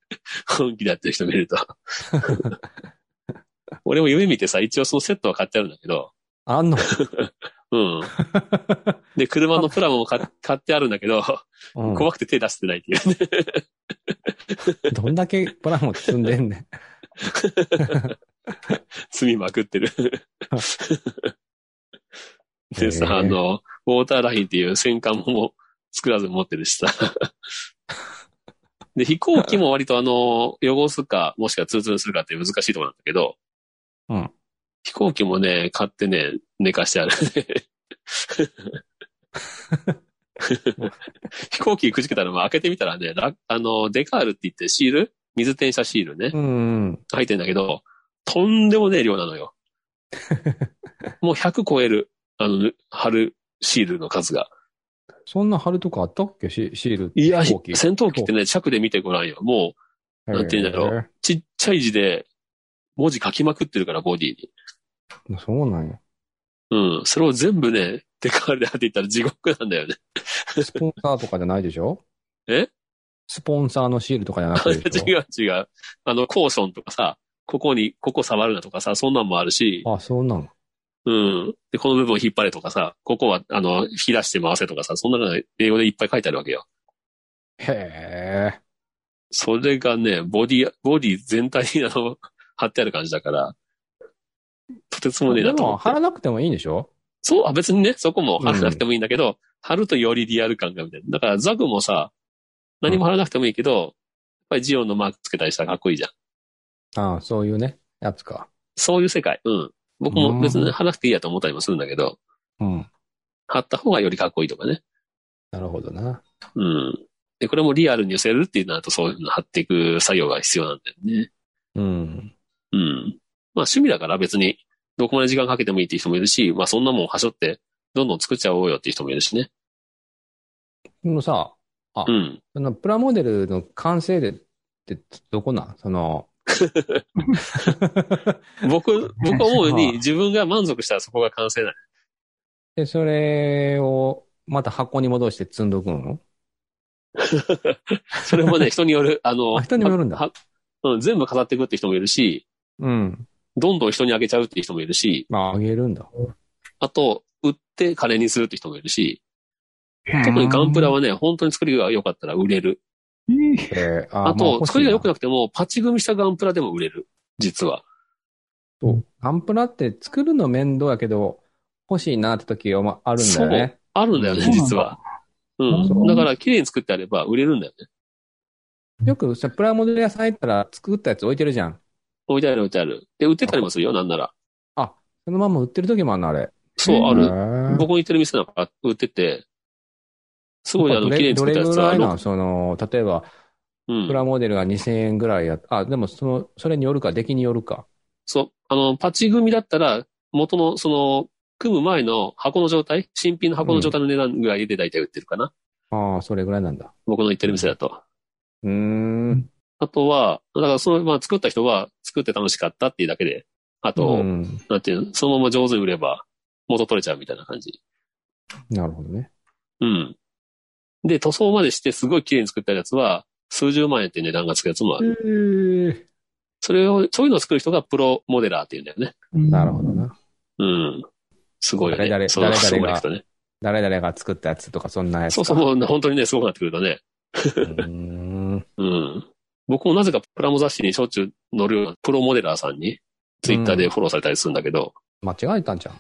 Speaker 2: 本気でやってる人見ると。
Speaker 4: *laughs*
Speaker 2: 俺も夢見てさ、一応そのセットは買ってあるんだけど、*laughs*
Speaker 4: あんの、
Speaker 2: うん。で、車のプラモも
Speaker 4: *laughs*
Speaker 2: 買買ってあるんだけど、
Speaker 4: うん、
Speaker 2: 怖くて手出してないっていうね。
Speaker 4: どんだけプラモ積んでん
Speaker 2: *laughs*
Speaker 4: ねん。
Speaker 2: 積みまく
Speaker 4: *laughs*
Speaker 2: ってる。で
Speaker 4: へえ
Speaker 2: さ、あの、ウォーターラインっていう戦艦も作らず持ってるしさ。で、飛行機も割とあの、汚すか、もしくはツルツルするかって難しいところなんだけど、
Speaker 4: うん
Speaker 2: 飛行機もね、買ってね、寝か
Speaker 4: *laughs*
Speaker 2: してある、 *laughs* 飛行機くじけたら、まあ、開けてみたらね、ラあの、デカールって言ってシール水転写シールね。
Speaker 4: うんうん。
Speaker 2: 入ってんだけど、とんでもねえ量なの
Speaker 4: *laughs*
Speaker 2: よ。もう100超える、あの、貼るシールの数が。
Speaker 4: そんな貼るとこあったっけシシール。
Speaker 2: いや、
Speaker 4: 飛
Speaker 2: 戦
Speaker 4: 行機
Speaker 2: 闘機ってね、着で見てごらんよ。も
Speaker 4: へー
Speaker 2: なんて言うんだろう、ちっちゃい字で、文字書きまくってるから、ボディに。
Speaker 4: そうなんや。
Speaker 2: うん。それを全部ね、デカールで貼っていったら地獄なんだよね。
Speaker 4: スポンサーとかじゃないでしょ
Speaker 2: え
Speaker 4: スポンサーのシールとかじゃなくてでし
Speaker 2: 違う違う。あの、コーションとかさ、ここに、ここ触るなとかさ、そんなんもあるし、
Speaker 4: ょあ、そうなの。
Speaker 2: うん。で、この部分を引っ張れとかさ、ここは、あの、引き出して回せとかさ、そんなのが英語でいっぱい書いてあるわけよ。
Speaker 4: へえ。
Speaker 2: それがね、ボディ、ボディ全体にあの、貼ってある感じだから、とてつもねえ
Speaker 4: で
Speaker 2: なと
Speaker 4: も
Speaker 2: 思って
Speaker 4: 貼。らなくてもいいんでしょ
Speaker 2: そう、あ別にね、そこも貼らなくてもいいんだけど、貼るとよりリアル感がみたいな。だからザクもさ、何も貼らなくてもいいけど、やっぱりジオンのマークつけたりしたらかっこいいじゃん。
Speaker 4: ああ、そういうね、やつか。
Speaker 2: そういう世界。うん。僕も別に貼らなくていいやと思ったりもするんだけど、
Speaker 4: うん。
Speaker 2: 貼った方がよりかっこいいとかね。
Speaker 4: なるほどな。
Speaker 2: うん。で、これもリアルに寄せるっていうのは、そういうの貼っていく作業が必要なんだよね。
Speaker 4: うん。
Speaker 2: うん。まあ趣味だから別に、どこまで時間かけてもいいっていう人もいるし、まあそんなもんはしょって、どんどん作っちゃおうよっていう人もいるしね。
Speaker 4: でもさ、
Speaker 2: うん。
Speaker 4: そのプラモデルの完成でってどこなんその、
Speaker 2: 僕、僕は思うように、自分が満足したらそこが完成だ。
Speaker 4: で、それをまた箱に戻して積んどくの
Speaker 2: それもね、人による、あの、
Speaker 4: *laughs* あ人にもよるんだ
Speaker 2: は。うん、全部飾っていくっていう人もいるし、
Speaker 4: うん。
Speaker 2: どんどん人にあげちゃうっていう人もいるし、
Speaker 4: まあ、あげるんだ。
Speaker 2: あと、売って金にするって人もいるし、特にガンプラはね、本当に作りが良かったら売れる。
Speaker 3: いい
Speaker 4: えーあ
Speaker 2: あと、作りが良く
Speaker 4: な
Speaker 2: なくても、パチ組みしたガンプラでも売れる。実は。
Speaker 4: い。ガンプラって作るの面倒やけど、欲しいなって時はまああるんだよね。
Speaker 2: あるんだよね、
Speaker 4: そうなんだ
Speaker 2: 実は。う
Speaker 3: そ
Speaker 2: ん。
Speaker 3: う
Speaker 2: だから、綺麗に作ってあれば売れるんだよね。
Speaker 4: よくさ、プラモデル屋さん行ったら作ったやつ置いてるじゃん。
Speaker 2: 置いてある置いてある。で、売ってたりもするよ、なんなら。
Speaker 4: そのまま売ってる時もあるの、あれ。
Speaker 2: そう、ある。
Speaker 4: る
Speaker 2: 僕の行ってる店なんか売ってて、すごいあの、
Speaker 4: どれ
Speaker 2: 綺麗に
Speaker 4: ど
Speaker 2: 作っ
Speaker 4: れ
Speaker 2: たやつ
Speaker 4: ぐ
Speaker 2: は
Speaker 4: ら
Speaker 2: あ
Speaker 4: いな
Speaker 2: の
Speaker 4: んその、例えば、
Speaker 2: うん
Speaker 4: プ。ラモデルが2000円ぐらいやあ、でもその、それによるか、出来によるか。
Speaker 2: そう、あの、パチ組だったら、元の、その、組む前の箱の状態、新品の箱の状態の値段ぐらいで大体売ってるかな。
Speaker 4: ああ、それぐらいなんだ。
Speaker 2: 僕の行ってる店だと。
Speaker 4: うーん。
Speaker 2: あとは、だからその、まあ、作った人は、作って楽しかったっていうだけで、あと、
Speaker 4: うん。
Speaker 2: なんていうの、そのまま上手に売れば、元取れちゃうみたいな感じ。
Speaker 4: なるほどね。
Speaker 2: うん。で、塗装までしてすごい綺麗に作ったやつは、数十万円って値段がつくやつもある。それを、そういうのを作る人がプロモデラーっていうんだよね。
Speaker 4: なるほど。な。
Speaker 2: うん。すごいよね。
Speaker 4: 誰々
Speaker 2: そう
Speaker 4: 誰々が
Speaker 2: そうまでいくとね。
Speaker 4: 誰々が作ったやつとか、そんなやつ
Speaker 2: そ
Speaker 4: か。
Speaker 2: うそう、もう本当にね、すごくなってくるとね。
Speaker 4: うーん。
Speaker 2: うん。僕もなぜかプラモ雑誌にしょっちゅう載るようなプロモデラーさんに、ツイッターでフォローされたりするんだけど、
Speaker 4: 間違えた
Speaker 2: *laughs*
Speaker 4: んじゃん。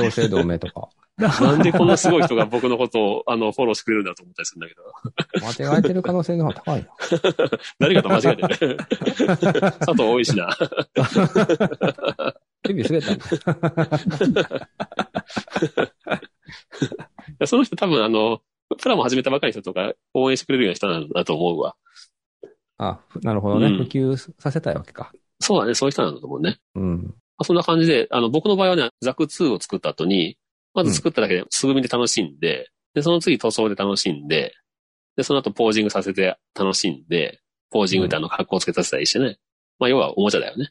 Speaker 4: 同姓同名とか。
Speaker 2: なんでこんなすごい人が僕のことを、あの、フォローしてくれるんだと思ったりするんだけど、
Speaker 4: 間違えてる可能性の方が高いな。
Speaker 2: 誰かと間違え
Speaker 4: *laughs*
Speaker 2: てる。佐藤多いしな。
Speaker 4: 指滑ったんだ。
Speaker 2: いやその人多分あの、プラも始めたばかりの人とか応援してくれるような人なんだと思うわ。
Speaker 4: あ、ふなるほどね。
Speaker 2: うん
Speaker 4: 普及させたいわけか。
Speaker 2: そうだね、そういう人なんだと思うね。
Speaker 4: うん。
Speaker 2: まあそんな感じで、あの、僕の場合はね、ザク2を作った後に、まず作っただけで素組みで楽しんで、で、その次塗装で楽しんで、で、その後ポージングさせて楽しんで、ポージングってあの、格好つけさせたりしてね。まあ、要はおもちゃだよね。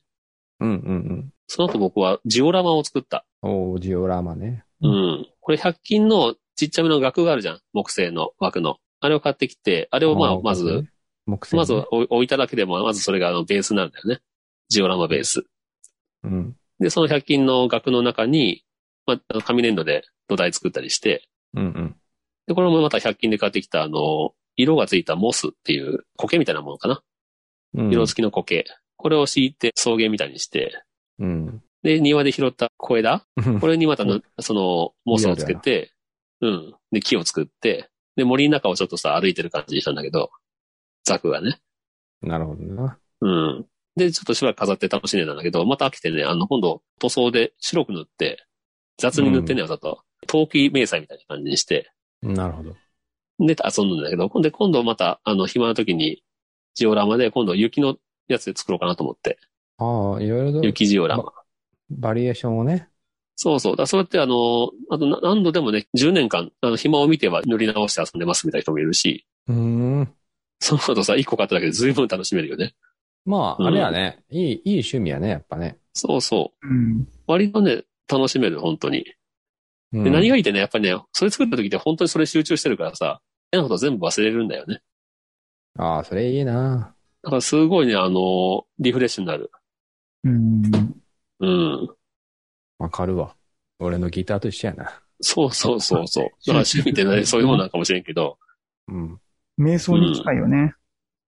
Speaker 4: うんうんうん。
Speaker 2: その後僕はジオラマを作った。
Speaker 4: おージオラマね。
Speaker 2: うん。これ100均のちっちゃめの額があるじゃん。木製の枠の。あれを買ってきて、あれをま
Speaker 4: あ
Speaker 2: あ、
Speaker 4: ー
Speaker 2: まず、、
Speaker 4: 木製ね
Speaker 2: まず、置い置いただけでも、まずそれがあのベースなんだよね。ジオラマベース。
Speaker 4: うん。
Speaker 2: で、その100均の額の中に、まああの、紙粘土で土台作ったりして、
Speaker 4: うんうん。
Speaker 2: で、これもまた100均で買ってきた、あの、色がついたモスっていう苔みたいなものかな。
Speaker 4: うん
Speaker 2: 色付きの苔。これを敷いて草原みたいにして、
Speaker 4: うん。 *laughs*
Speaker 2: で、庭で拾った小枝これにまた
Speaker 4: う
Speaker 2: の、その、モスをつけて、うん。で、木を作って、で、森の中をちょっとさ、歩いてる感じにしたんだけど、ザクがね。
Speaker 4: なるほどな。
Speaker 2: うん。で、ちょっとしばらく飾って楽しんでたんだけど、また飽きてね、あの、今度、塗装で白く塗って、雑に塗ってね、わざと。陶器迷彩みたいな感じにして、
Speaker 4: なるほど。
Speaker 2: で、遊んだんだけど、今度、今度また、あの、暇な時に、ジオラマで、今度雪のやつで作ろうかなと思って。
Speaker 4: ああ、いろいろと
Speaker 2: 雪ジオラマ。
Speaker 4: バリエーションをね。
Speaker 2: そうそう。だからそうやって、あの、あとな何度でもね、10年間、あの、暇を見ては塗り直して遊んでますみたいな人もいるし、
Speaker 4: うーん。
Speaker 2: そのことさ、1個買っただけで随分楽しめるよね。
Speaker 4: ま
Speaker 2: うん
Speaker 4: あ、あれはね、いい、いい趣味やね、やっぱね。
Speaker 2: そうそう。
Speaker 3: うん。
Speaker 2: 割とね、楽しめる、本当に。
Speaker 4: うん
Speaker 2: で、何がいいってね、やっぱりね、それ作った時って本当にそれ集中してるからさ、嫌なこと全部忘れるんだよね。
Speaker 4: ああ、それいいな。
Speaker 2: だからすごいね、あの、リフレッシュになる。
Speaker 3: うん。
Speaker 2: うん。
Speaker 4: わかるわ。俺のギターと一緒やな。
Speaker 2: そうそうそう
Speaker 4: *laughs*
Speaker 2: そう。だから趣味ってね、そういうもんなんかもしれんけど、
Speaker 4: うん。
Speaker 3: 瞑想に近いよね。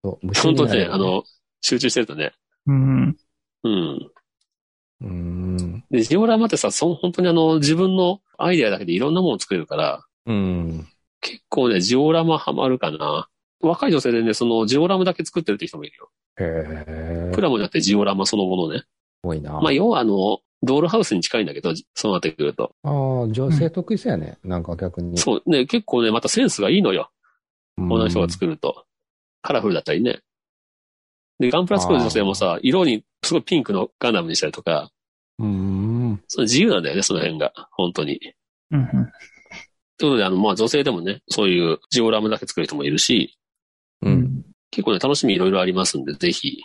Speaker 4: そう、
Speaker 2: 本当にね、あ
Speaker 4: *laughs* 無心になるよ
Speaker 2: の、集中してるとね、
Speaker 3: うん。
Speaker 2: うん。
Speaker 4: うーん。
Speaker 2: で、ジオラマってさ、その本当にあの、自分のアイデアだけでいろんなものを作れるから、
Speaker 4: うん。
Speaker 2: 結構ね、ジオラマハマるかな。若い女性でね、そのジオラマだけ作ってるって人もいるよ。
Speaker 4: へえ。
Speaker 2: プラモじゃなくてジオラマそのものね。
Speaker 4: 多いな。
Speaker 2: まあ、要はあの、ドールハウスに近いんだけど、そうなってくると。
Speaker 4: ああ、女性得意そうやね。なんか逆に。
Speaker 2: そうね、結構ね、またセンスがいいのよ。
Speaker 4: うん。
Speaker 2: 女の人が作ると。カラフルだったりね。で、ガンプラ作る女性もさ、色にすごいピンクのガンダムにしたりとか、
Speaker 4: うーん。
Speaker 2: その自由なんだよね、その辺が。本当に。
Speaker 3: うん。
Speaker 2: ということで、あの、まあ、女性でもね、そういうジオラムだけ作る人もいるし、
Speaker 4: う。
Speaker 3: うんん。
Speaker 2: 結構ね、楽しみいろいろありますんで、ぜひ、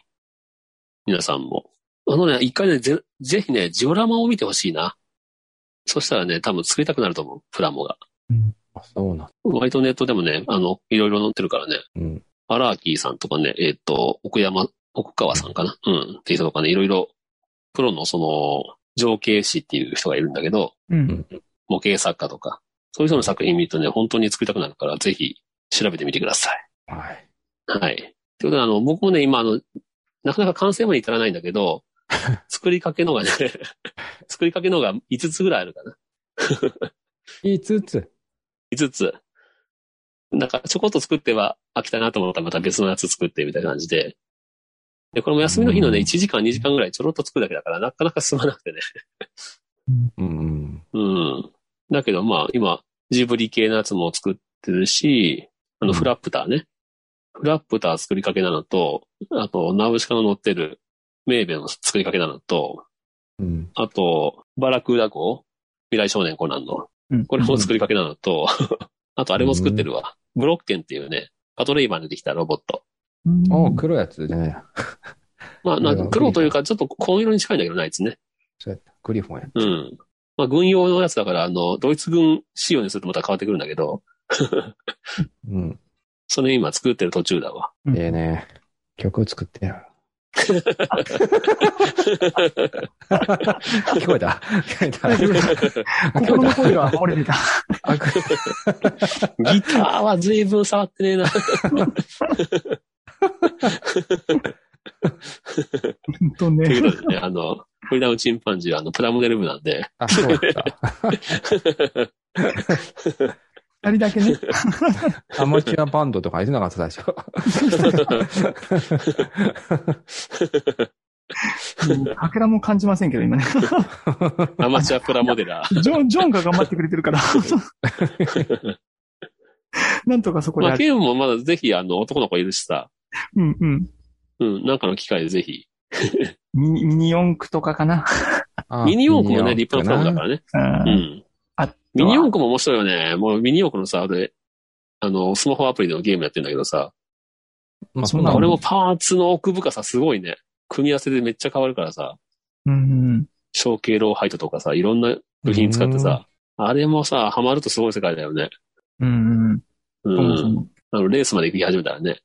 Speaker 2: 皆さんも。あのね、一回ね、ぜ、ぜひね、ジオラマを見てほしいな。そしたらね、多分作りたくなると思う、プラモが。
Speaker 4: あそうなんだ。
Speaker 2: 割とネットでもね、あの、いろいろ載ってるからね、
Speaker 4: うん。
Speaker 2: アラーキーさんとかね、えっ、と、奥山、奥川さんかなうん、っていう人とかね、いろいろ、プロのその、情景師っていう人がいるんだけど、
Speaker 3: うん。
Speaker 2: 模型作家とか、そういう人の作品見るとね、本当に作りたくなるから、ぜひ、調べてみてください。
Speaker 4: はい。
Speaker 2: はい。ということで、あの、僕もね、今、あの、なかなか完成まで至らないんだけど、作りかけのがね、作りかけのが5つぐらいあるかな。
Speaker 4: 5つ。
Speaker 2: 5つ。なんか、ちょこっと作っては飽きたなと思ったらまた別のやつ作ってみたいな感じで。で、これも休みの日のね、
Speaker 4: うん
Speaker 2: 1時間2時間ぐらいちょろっと作るだけだから、なかなか進まなくてね。
Speaker 4: うん。
Speaker 2: うん。だけど、まあ、今、ジブリ系のやつも作ってるし、あの、
Speaker 4: うん
Speaker 2: フラップターね。フラップター作りかけなのと、あと、ナウシカの乗ってるメーベンの作りかけなのと、
Speaker 4: うん。
Speaker 2: あと、バラクーダ号未来少年コナンの
Speaker 3: うん。
Speaker 2: これも作りかけなのと、 *laughs* あとあれも作ってるわ。ブロッケンっていうね、パトレイバーにできたロボット。
Speaker 3: うん
Speaker 4: お黒いやつじゃないや。
Speaker 2: まあ、なん
Speaker 4: い
Speaker 2: か
Speaker 4: や
Speaker 2: 黒というか、ちょっと紺色に近いんだけどないですね。
Speaker 4: そうやった。グリフォンや。
Speaker 2: うん。まあ、軍用のやつだから、あの、ドイツ軍仕様にするとまた変わってくるんだけど、
Speaker 4: うん。
Speaker 2: それ今作ってる途中だわ。
Speaker 3: うん
Speaker 4: ええね。曲作っ
Speaker 2: *laughs*
Speaker 4: てや聞こえ
Speaker 3: *laughs*
Speaker 4: た聞こ
Speaker 3: 大丈夫
Speaker 4: え
Speaker 3: だ
Speaker 4: た
Speaker 3: 心の声が漏れてた。
Speaker 4: あく
Speaker 2: ギターは随分触ってねえな。
Speaker 3: 本当
Speaker 2: とい *laughs*
Speaker 3: ね。
Speaker 2: うことでね、あの、フリーダムチンパンジーはあの、プラモデル部なんで、
Speaker 4: あ、そうやった。
Speaker 3: 二人だけね。
Speaker 4: アマチュアバンドとか言ってなかった、最初。
Speaker 3: うんかけらも感じませんけど、今ね。
Speaker 2: アマチュアプラモデラー。
Speaker 3: ジョン、ジョンが頑張ってくれてるから。 *laughs* なんとかそこで
Speaker 2: ま
Speaker 3: や
Speaker 2: あ、
Speaker 3: る。
Speaker 2: ケンもまだぜひ、あの、男の子いるしさ、
Speaker 3: うんうん。
Speaker 2: うん、なんかの機会でぜひ、
Speaker 3: ミミニ四駆とかかな。
Speaker 4: あ
Speaker 2: ミニ四駆もね、
Speaker 4: ミニ
Speaker 2: 立派なプラモだからね。
Speaker 3: うん
Speaker 2: うん。
Speaker 3: あとは
Speaker 2: ミニ四駆も面白いよね。もうミニ四駆のさ、俺、あの、スマホアプリのゲームやってんだけどさ、
Speaker 4: まあ、
Speaker 3: そ
Speaker 4: そ
Speaker 3: ん
Speaker 4: ん
Speaker 3: な
Speaker 4: な
Speaker 3: の
Speaker 2: 俺
Speaker 4: 俺も。
Speaker 2: もパーツの奥深さすごいね。組み合わせでめっちゃ変わるからさ、
Speaker 3: うんうん。
Speaker 2: 小径ローハイトとかさ、いろんな部品使ってさ、あれもさ、ハマるとすごい世界だよね。
Speaker 3: うんうん。
Speaker 2: う
Speaker 3: そもそ
Speaker 2: ん。
Speaker 3: も。
Speaker 2: あの、レースまで行き始めたらね。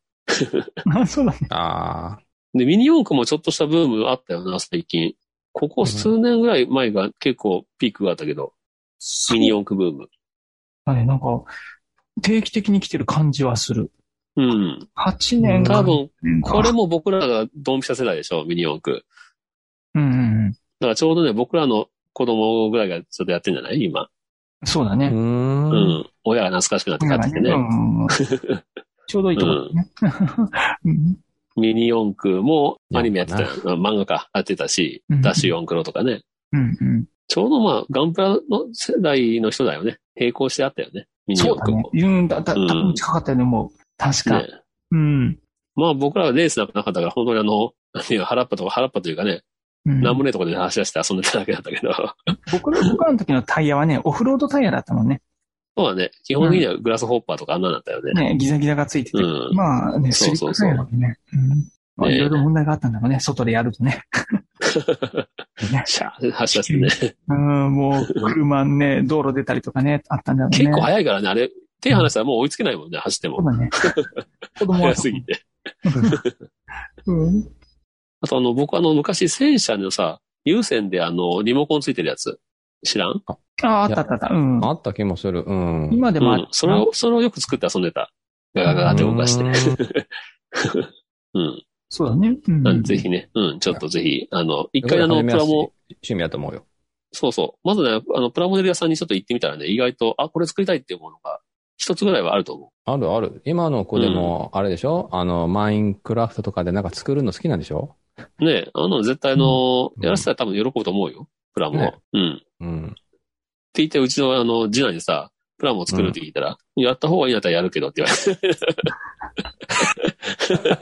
Speaker 3: あ、そうだね。
Speaker 4: ああ。
Speaker 2: で、ミニ四駆もちょっとしたブームあったよな、最近。ここ数年ぐらい前が結構ピークがあったけど、ミニ四駆ブーム。
Speaker 3: はい、なんか、定期的に来てる感じはする。
Speaker 2: うん。
Speaker 3: 8年
Speaker 2: 多
Speaker 3: か。
Speaker 2: 分、
Speaker 3: うん
Speaker 2: これも僕らがドンピシャ世代でしょ、ミニ四駆。
Speaker 3: うんうんうん。
Speaker 2: だからちょうどね、僕らの子供ぐらいがちょっとやってんじゃない今。
Speaker 3: そうだ
Speaker 4: う。
Speaker 3: ね。
Speaker 2: うんん。親が懐かしくなって帰ってきて
Speaker 3: う
Speaker 2: ね。
Speaker 3: んうんうんちょうどいいとこだね。うん
Speaker 2: ミニ四駆もアニメやってたよ。うん漫画か、やってたし、
Speaker 3: うん
Speaker 2: ダッシュ四駆ロとかね。
Speaker 3: うんうん
Speaker 2: ちょうどまあ、ガンプラの世代の人だよね。並行してあったよね。ミニ
Speaker 3: そ
Speaker 2: 四駆も。。
Speaker 3: うだねうん、だ、だ、
Speaker 2: うん
Speaker 3: 多分近かったよね、もう。確か。
Speaker 2: ね
Speaker 3: うん。
Speaker 2: まあ僕らはレースなんかなかったから、本当にあの、何ていうの原っぱとか原っぱというかね、
Speaker 3: うん
Speaker 2: なんもねえとこで走らせて遊んでただけだったけど、 *laughs*
Speaker 3: 僕ら、僕らの時のタイヤはね、オフロードタイヤだったもんね。
Speaker 2: そうはね、基本的にはグラスホッパーとかあんなんだったよね。
Speaker 3: ね、ギザギザがついてて
Speaker 2: う。ん。
Speaker 3: まあね、
Speaker 2: そ
Speaker 3: スリ
Speaker 2: う
Speaker 3: ッ
Speaker 2: そ
Speaker 3: プ
Speaker 2: うそ
Speaker 3: タ
Speaker 2: う
Speaker 3: イヤだもんね。うんまあ
Speaker 2: ねえ
Speaker 3: いろいろ問題があったんだろうね、外でやる
Speaker 2: *laughs*
Speaker 3: とね。ね
Speaker 2: シャーって走らせてね。
Speaker 3: うん、もう、車ね、道路出たりとかね、あったんだろうね。
Speaker 2: 結構早いからね、あれ、手離したらもう追いつけないもんね、走って
Speaker 3: そう
Speaker 2: も。*laughs*
Speaker 3: だね。子供は
Speaker 2: 早すぎて。
Speaker 3: うん。
Speaker 2: あとあの、僕あの、昔戦車のさ、有線であの、リモコンついてるやつ。知らん
Speaker 3: ああ、あったあったあった。うん。
Speaker 4: あった気もする。うん。
Speaker 3: 今で
Speaker 2: で
Speaker 3: もあ
Speaker 2: も、
Speaker 3: っ
Speaker 2: うんそれを、それをよく作って遊んでた。ガガガガって動かして。うん。
Speaker 3: そうだね。うん
Speaker 2: なんでぜひね、うん、ちょっとぜひ、あの、一
Speaker 4: 一
Speaker 2: 回あの、プラモ、。
Speaker 4: 趣味だと思うよ。
Speaker 2: そうそう。まずね、あの、プラモデル屋さんにちょっと行ってみたらね、意外と、あ、これ作りたいっていうものが、一つぐらいはあると思
Speaker 4: あるある。今の子でも、あれでしょ、あの、マインクラフトとかでなんか作るの好きなんでしょ
Speaker 2: う。ねあの、絶対あの、
Speaker 4: うん
Speaker 2: やらせたら多分喜ぶと思うよ。プラモ。
Speaker 4: ね
Speaker 2: うん。って
Speaker 4: うん。
Speaker 2: 言って、うちのあの、次男にさ、プラモ作るって聞いたら、やった方がいいんだったらやるけどって言われて、小
Speaker 4: なんだそ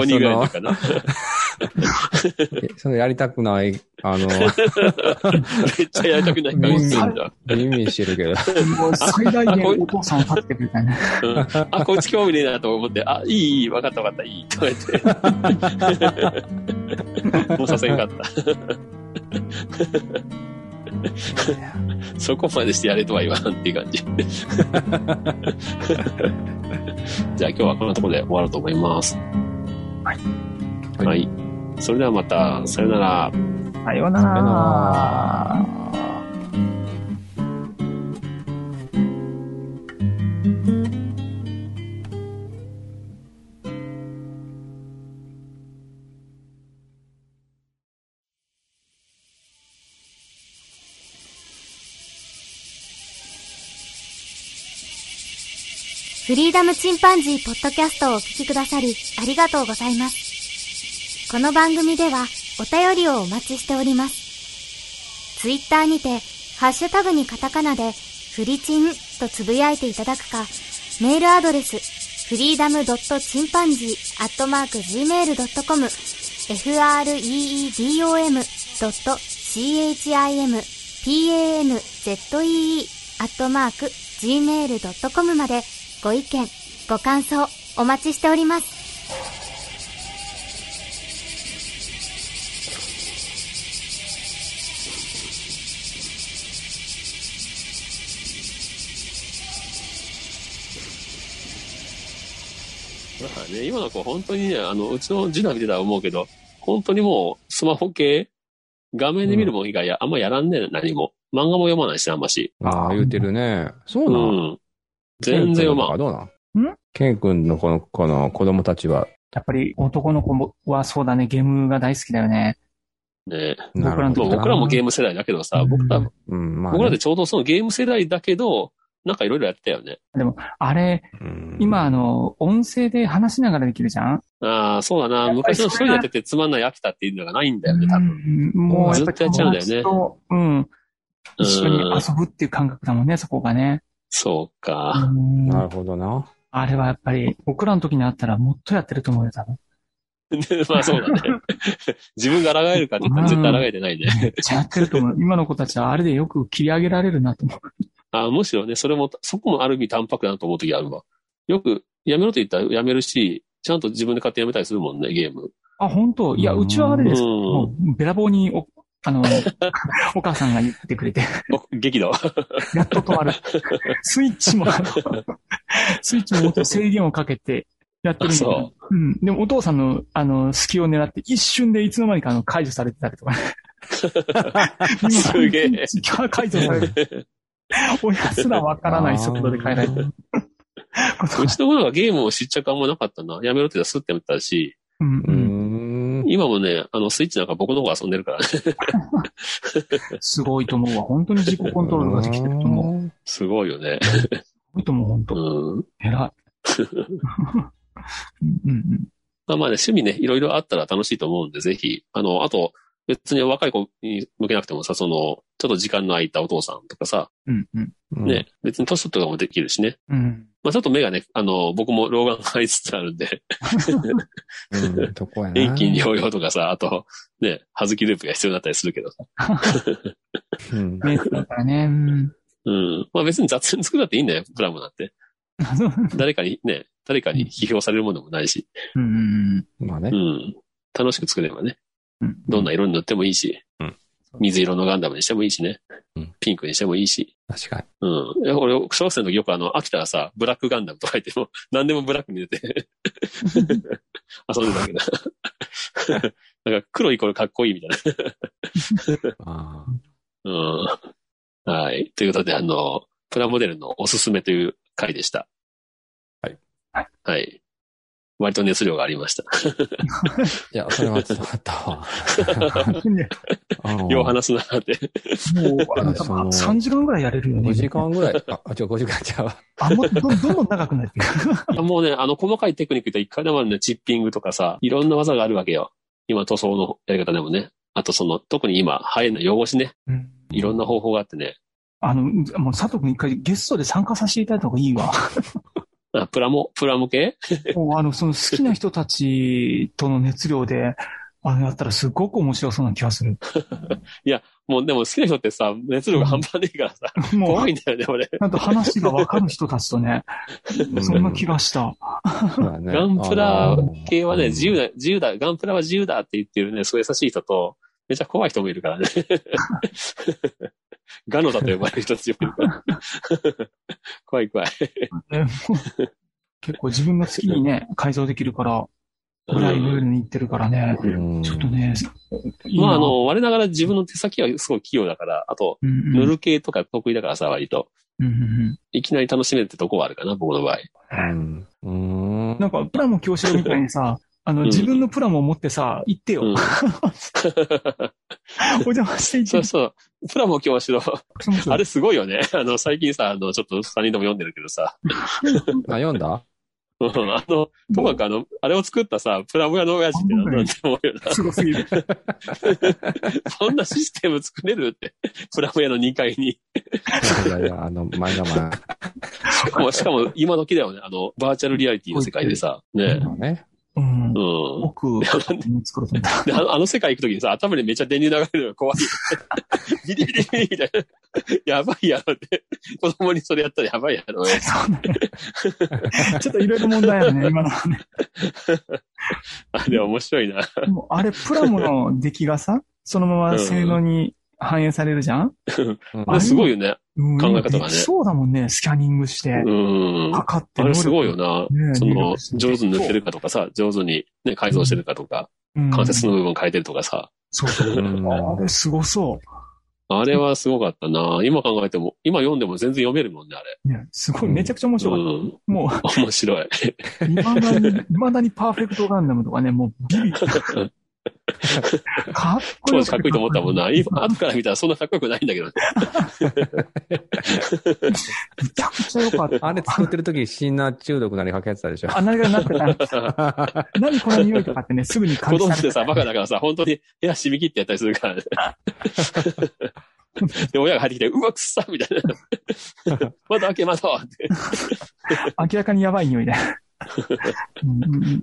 Speaker 2: 2ぐらいの
Speaker 4: の
Speaker 2: 時、かな。
Speaker 4: えそのやりたくない、あ
Speaker 2: *laughs*
Speaker 4: の、
Speaker 2: めっちゃやりたくない顔してるんだ。
Speaker 4: 耳してるけど。
Speaker 3: もう最大限お父さんを立ってくれた *laughs* ね。
Speaker 2: うんあ、こいつ興味ねえなと思って、あ、いい、いい、わかったわかった、いい、とか言って。もうさせんかった。そこまでしてやれとは言わんっていう感じ。 *laughs* じゃあ今日はこんなところで終わろうと思います。はい。はい。それではまた、さよなら。
Speaker 3: さような
Speaker 4: さような
Speaker 3: ら。
Speaker 1: フリーダムチンパンジーポッドキャストをお聞きくださり、ありがとうございます。この番組では、お便りをお待ちしております。ツイッターにて、ハッシュタグにカタカナで、フリチンとつぶやいていただくか、メールアドレス、フリーダムドットチンパンジーアットマーク Gmail.com、freedom.chimpanzee アットマーク Gmail.com まで、ご意見、ご感想、お待ちしております。
Speaker 2: だからね、今の子本当にね、あの、うちの次男見てたら思うけど、本当にもうスマホ系、画面で見るもん以外や、あんまやらんねえ、何も。漫画も読まないし、あんまし。
Speaker 4: ああ、言うてるね。そう
Speaker 2: う
Speaker 4: なん。
Speaker 2: ん。全然読まん。
Speaker 4: どうなんケン君のこの、この子供たちは、
Speaker 3: やっぱり男の子もはそうだね、ゲームが大好きだよね。
Speaker 2: ねえ
Speaker 3: 僕
Speaker 2: ま
Speaker 3: らの
Speaker 2: あ
Speaker 3: 時
Speaker 2: 僕らもゲ
Speaker 4: ー
Speaker 2: ーム世代だけどさ、僕ら、
Speaker 4: うん、まあね、
Speaker 2: 僕らでちょうどそのゲーム世代だけど、なんかいろいろやってたよね。
Speaker 3: あれ、
Speaker 4: うん
Speaker 3: 今あ、の、音声で話しながらできるじゃん
Speaker 2: ああ、そうだな。
Speaker 3: やっぱり
Speaker 2: 昔
Speaker 3: それ
Speaker 2: の一人でや
Speaker 3: が
Speaker 2: っててつまんない飽きたっていうのがないんだよね、多分。
Speaker 3: うんもうやっぱり
Speaker 2: ずっとやっちゃうんだよね
Speaker 3: 友達と、うん。
Speaker 2: うん
Speaker 3: 一緒に遊ぶっていう感覚だもんね、そこがね。
Speaker 2: そう
Speaker 3: う
Speaker 2: か。 *laughs*
Speaker 3: ん
Speaker 4: なるほどな。
Speaker 3: あれはやっぱり、僕らの時にあったらもっとやってると思うよ、多分。
Speaker 2: まあそうだね。 *laughs* 自分が抗えるかって言ったら絶対抗えてないね。
Speaker 3: めっちゃやってると思う。今の子たちはあれでよく切り上げられるなと思う。
Speaker 2: あむしろね、それも、そこもある意味淡白だなと思う時あるわ。よく、やめろと言ったらやめるし、ちゃんと自分で買ってやめたりするもんね、ゲーム。
Speaker 3: あ、本当いや、うちはあれです。
Speaker 2: うん
Speaker 3: もう、べらぼうに、お、
Speaker 2: *laughs*
Speaker 3: あの、お母さんが言ってくれて、
Speaker 2: お激
Speaker 3: *laughs*
Speaker 2: 怒。
Speaker 3: やっと止まる。スイ
Speaker 2: *laughs*
Speaker 3: ッチも、あのスイッチも本当に制限をかけてやってるんだけ
Speaker 2: あそ
Speaker 3: ど、うん。でもお父さんの、あの、隙を狙って一瞬でいつの間にかあの解除されてた
Speaker 2: *laughs*
Speaker 3: りとかね。
Speaker 2: すげえ。
Speaker 3: *laughs* 解除される。親すらわからない速度で変えられ
Speaker 2: *laughs*
Speaker 3: る。こと
Speaker 2: う
Speaker 3: が
Speaker 2: ちの子なんかゲームを知っちゃ感もなかったな。やめろって言ったらスッてやめたし、
Speaker 3: うん
Speaker 4: うー
Speaker 3: うん
Speaker 4: ん。
Speaker 2: 今もね、あの、スイッチなんか僕の方が遊んでるからね。 *laughs*
Speaker 3: すごいと思うわ。本当に自己コントロールができてると思う。す
Speaker 4: う。
Speaker 2: すごいよね。
Speaker 3: ごいと思う、本
Speaker 2: う
Speaker 3: 当。
Speaker 2: ん。
Speaker 3: 偉い。
Speaker 2: *laughs*
Speaker 3: うんうんうん
Speaker 2: まあまあね、趣味ね、いろいろあったら楽しいと思うんで、ぜひ、あの、あと、別に若い子に向けなくてもさ、その、ちょっと時間の空いたお父さんとかさ、
Speaker 3: うんうん
Speaker 2: ね、別に年取ってとかもできるしね。
Speaker 3: うん
Speaker 2: まあちょっと目がね、あの、僕も老眼が入りつつあるんで、
Speaker 4: うん。うん。とこやな。
Speaker 2: 遠近療養とかさ、あと、ね、歯付きループが必要になったりするけどさ。
Speaker 4: うん。
Speaker 3: メイクだからね。うん
Speaker 2: うん。まあ別に雑に作るだっていいんだよ、プラムなんて。誰かにね、誰かに批評されるものでもないし。
Speaker 3: うんうん
Speaker 4: まあ
Speaker 2: う
Speaker 4: ね。
Speaker 2: ん。楽しく作ればね。
Speaker 3: うん
Speaker 2: どんな色に塗ってもいいし、水色のガンダムにしてもいいしね
Speaker 4: うん。
Speaker 2: ピンクにしてもいいし。
Speaker 4: 確か
Speaker 2: うん。いや俺、小学生の時よくあの、飽きたらさ、ブラックガンダムとか言っても、 *laughs* 何でもブラックに出て、
Speaker 4: *laughs*
Speaker 2: 遊んでたけど。 *laughs* なんか黒イコールかっこいいみたいな。
Speaker 4: に。ああ。
Speaker 2: うん。はい。ということで、あの、プラモデルのおすすめという回でした。
Speaker 4: はい。
Speaker 2: はい。割と熱量がありました。
Speaker 4: いや、それは伝わったわ。
Speaker 2: よう話すなーって。
Speaker 3: もう、あの、多分3時間ぐらいやれるよね。
Speaker 4: 5時間ぐらい。あ、あ、ちょ、5時間ちゃうわ。
Speaker 3: あ、もうどんどんどん長くなっていく。
Speaker 2: あもうね、あの、細かいテクニックって一回でもあるね、チッピングとかさ、いろんな技があるわけよ。今、塗装のやり方でもね。あと、その、特に今、生えの汚しね。
Speaker 3: うん
Speaker 2: いろんな方法があってね。
Speaker 3: あの、もう佐藤君一回ゲストで参加させていただいた方がいい *laughs* わ。
Speaker 2: あプラモ、プラモ系
Speaker 3: もうあの、その好きな人たちとの熱量で、あの、やったらすごく面白そうな気が *laughs* する。
Speaker 2: もう、でも好きな人ってさ、熱量が半端ねえからさ、
Speaker 3: もう
Speaker 2: 怖い、んだよね、俺。
Speaker 3: なんと話がわかる人たちとね、そんな気がした。
Speaker 2: *laughs* ガ
Speaker 4: ガ
Speaker 2: ンプラ系はね、自由
Speaker 4: だ。
Speaker 2: だ、自由だ、ガンプラは自由だって言ってるね、すごい優しい人と、めちゃ怖い人もいるからね。 *laughs* ガノだと呼ばれる人たちもいるから。 *laughs* 怖い怖い。
Speaker 3: ねもう結構自分が好きにね、改造できるから、ぐらいのように言ってるからね。
Speaker 4: うん
Speaker 3: ちょっとね、いい
Speaker 2: まあ、
Speaker 3: な
Speaker 2: あ、の、我ながら自分の手先はすごい器用だから、あと、
Speaker 3: うんうん
Speaker 2: 塗る系とか得意だからさ、割と。
Speaker 3: うんうんうん
Speaker 2: いきなり楽しめるってとこはあるかな、僕の場合。 *laughs*
Speaker 4: うん。うん。
Speaker 3: なんか、プラモ教師みたいにさ、あの、
Speaker 2: うん
Speaker 3: 自分のプラモを持ってさ、行ってよ。
Speaker 2: うん
Speaker 3: *laughs* お邪魔して行
Speaker 2: そ
Speaker 3: っ
Speaker 2: う
Speaker 3: て。
Speaker 2: そう。プラモ教師の、
Speaker 3: その人
Speaker 2: あれすごいよね。あの、最近さ、あの、ちょっと3人とも読んでるけどさ、
Speaker 4: あ、読んだ
Speaker 2: うんあの、ともかくあの、あれを作ったさ、プラモ屋の親父ってなんだって思うよな。
Speaker 3: すごすぎる。
Speaker 2: そんなシステム作れるって。 *laughs* プラモ屋の2階に。
Speaker 4: いやいや、あの、前が前。
Speaker 2: しかも、しかも今時だよね。あの、バーチャルリアリティの世界でさ、ね。
Speaker 4: まあね。
Speaker 3: うん
Speaker 2: う。ん。 *laughs*
Speaker 3: 奥、作ろうと思った。
Speaker 2: であのあの世界行くときにさ、頭にめっちゃ電流流れるのが怖い。 *laughs* ビリビリビリみたいな。やばいやろって。子供にそれやったらやばいやろ。
Speaker 3: そうね。ちょっといろいろ問題あ
Speaker 2: *laughs*
Speaker 3: るね、今のはね。
Speaker 2: あれ面白いな。
Speaker 3: でもあれ、プラモの出来がさ、そのまま性能に反映されるじゃん
Speaker 4: うん
Speaker 2: あすごいよね。
Speaker 3: うん
Speaker 2: 考え方がね
Speaker 3: 今できそうだもんね、スキャニングして
Speaker 2: う。ん。
Speaker 3: 測って。
Speaker 2: あれすごいよ
Speaker 3: ね。
Speaker 2: な。
Speaker 3: ね
Speaker 2: そ
Speaker 3: 入
Speaker 2: の、
Speaker 3: 力して
Speaker 2: 上手に塗ってるかとかさ、上手にね、改造してるかとか、
Speaker 3: うん
Speaker 2: 関節の部分変えてるとかさ。
Speaker 3: そうそう。
Speaker 4: うん
Speaker 3: あれ、すごそ
Speaker 2: あれはすごかったな。今考えても、今読んでも全然読めるもんね、あれ。
Speaker 3: う。ね、すごい、めちゃくちゃ面白
Speaker 2: う
Speaker 3: かった。
Speaker 2: ん。
Speaker 3: も
Speaker 2: 面白い。
Speaker 3: う、未だに、未だにパーフェクトガンダムとかね、もうビビった。かっこ
Speaker 2: 当
Speaker 3: よ
Speaker 2: 時かっこいいと思ったもんな。今、後から見たらそんなかっこよくないんだけどね。
Speaker 3: めちゃくちゃ良かった。
Speaker 4: あれ作ってる時、シンナー中毒なりかけてたでしょ。
Speaker 3: あ、何がなくなった。何この匂いとかってね、すぐに感
Speaker 2: 子供
Speaker 3: じた。
Speaker 2: ってさ、バカだからさ、本当に部屋染み切ってやったりする
Speaker 3: *laughs*
Speaker 2: からね。で、親が入ってきて、うわ、くっさみたいな。
Speaker 3: *laughs*
Speaker 2: まだ開けまそうって。
Speaker 3: 明らかにやばい匂いだよ。うんうんうん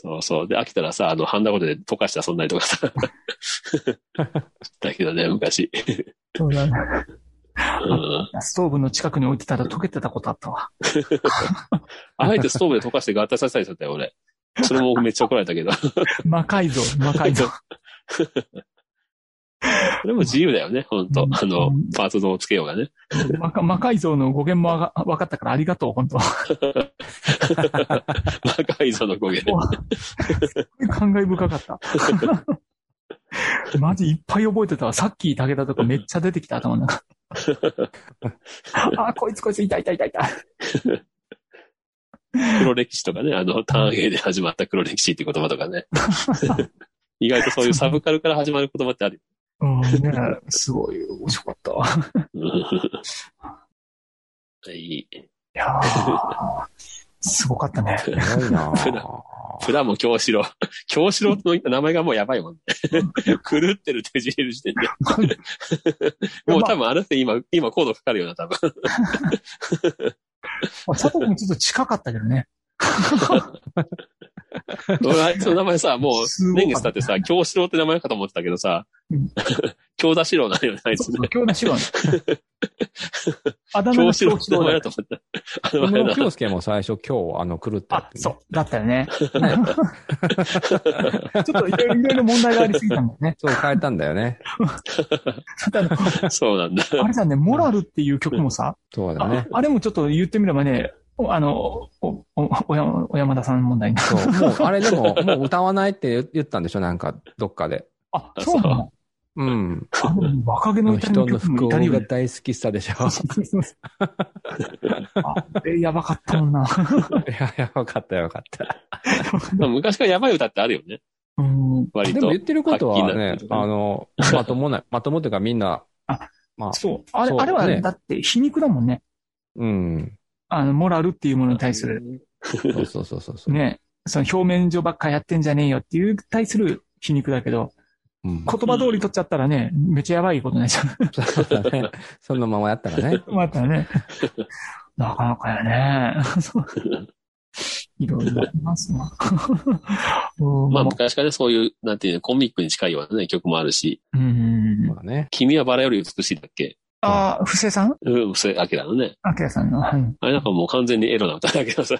Speaker 2: そうそう。で、飽きたらさ、あの、ハンダゴテで溶かして遊んだりとかさ。
Speaker 3: *laughs*
Speaker 2: だけどね、昔。
Speaker 3: そうだね。
Speaker 2: うん。
Speaker 3: ストーブの近くに置いてたら溶けてたことあったわ。
Speaker 2: あえてストーブで溶かして合体させたりしてたよ、俺。それもめっちゃ怒られたけど。そ
Speaker 3: 魔改造、魔改造。
Speaker 2: れも自由だよね、本当あの、パーツをつけようが *laughs* ね。
Speaker 3: 魔か魔改造の語源もわが分かったからありがとう、本当
Speaker 2: 魔改造の語源。
Speaker 3: 感慨深かった。マジいっぱい覚えてたわ。さっき武田とかめっちゃ出てきた頭の中。あ、こいつこいつ、いたいたいたいた。
Speaker 2: 黒歴史とかね、あの、ターン A で始まった黒歴史って言葉と *laughs* かね。意外とそういうサブカルから始まる言葉ってある。
Speaker 3: うん、ねすごい面白かった
Speaker 2: *laughs*
Speaker 3: わ。
Speaker 2: はい。
Speaker 3: いやーすごかったね。
Speaker 4: すごい
Speaker 2: *laughs*
Speaker 4: な
Speaker 2: 普
Speaker 4: ぁ。
Speaker 2: プラモ京四郎。京四郎の名前がもうやばいもんね。狂ってる手入れる時点で。 *laughs* もう多分あの人今、今コードかかるよな、 *laughs* 多分。
Speaker 3: まあ佐藤君ちょっと近かったけどね。
Speaker 2: 俺あいつの名前さ、も
Speaker 3: す
Speaker 2: う
Speaker 3: ごい
Speaker 2: 年月経ってさ、京四郎って名前かと思ってたけどさ
Speaker 3: うん、
Speaker 2: *laughs* 京田四郎なんよね、あいつね。
Speaker 3: 今日の白ね。あだ名
Speaker 2: 京
Speaker 3: が
Speaker 2: 四郎って名前
Speaker 3: だ
Speaker 2: だと
Speaker 3: った。
Speaker 2: 思った。あ
Speaker 4: 小
Speaker 2: の前
Speaker 4: 室
Speaker 2: だ。 *laughs*
Speaker 4: 京介も最初今日、あの、狂ったっ
Speaker 3: あ、
Speaker 4: ていう
Speaker 3: そう。だったよね。 *laughs* ちょっといろいろいろいろ問題がありすぎたんだよね。
Speaker 4: そう変えたんだよね。
Speaker 3: ただ
Speaker 2: そうなんだ。
Speaker 3: あれだね、モラルっていう曲もさ、
Speaker 4: そうだ
Speaker 3: あ
Speaker 4: ね。
Speaker 3: あれもちょっと言ってみればね、おあの、お、お、おやお山田さん問題になる。
Speaker 4: そう。 *laughs* もう、あれでも、もう歌わないって言ったんでしょなんか、どっかで。
Speaker 3: あ、そうなの
Speaker 4: うん。
Speaker 3: あの若気の至りの
Speaker 4: 人の
Speaker 3: 曲
Speaker 4: 不
Speaker 3: もイ
Speaker 4: 幸
Speaker 3: タリ
Speaker 4: が
Speaker 3: ア
Speaker 4: 大好きさでしょ
Speaker 3: あ、えやばかったもんな。
Speaker 4: いや、 *laughs* いや、わかったよ、わかった。
Speaker 2: でも昔からやばい歌ってあるよね、
Speaker 3: うん。
Speaker 2: 割
Speaker 4: でも
Speaker 2: と
Speaker 4: 言っ。てることは
Speaker 2: はっ
Speaker 4: ね
Speaker 2: きり、な
Speaker 4: あの、まともな、まともというかみんな
Speaker 3: あ、
Speaker 4: まあ、
Speaker 3: そう。あれ、
Speaker 4: そう
Speaker 3: あれは、
Speaker 4: ね
Speaker 3: だって皮肉だもんね。
Speaker 4: うん。
Speaker 3: あの、モラルっていうものに対する、
Speaker 4: そうそうそうそうそう。
Speaker 3: ね、その表面上ばっかやってんじゃねえよっていう対する皮肉だけど、
Speaker 4: うん
Speaker 3: 言葉通り取っちゃったらね、めっちゃやばいことになっちゃう。
Speaker 4: そうだね。そのままやったらね。
Speaker 3: また
Speaker 2: *laughs*
Speaker 3: ね。なかなかやね。 *laughs* いろいろあります
Speaker 2: *laughs*
Speaker 3: な。うん
Speaker 2: まあ昔からね、そういう、なんていうの、コミックに近いようなね、曲もあるし、
Speaker 3: うん
Speaker 4: そう。だね。
Speaker 2: 君はバラより美しいだっけ
Speaker 3: ああ、布施さん
Speaker 2: うん、それ、アキラのね。
Speaker 3: アキラさんの。はい
Speaker 2: あれなんかもう完全にエロな歌だけどさ。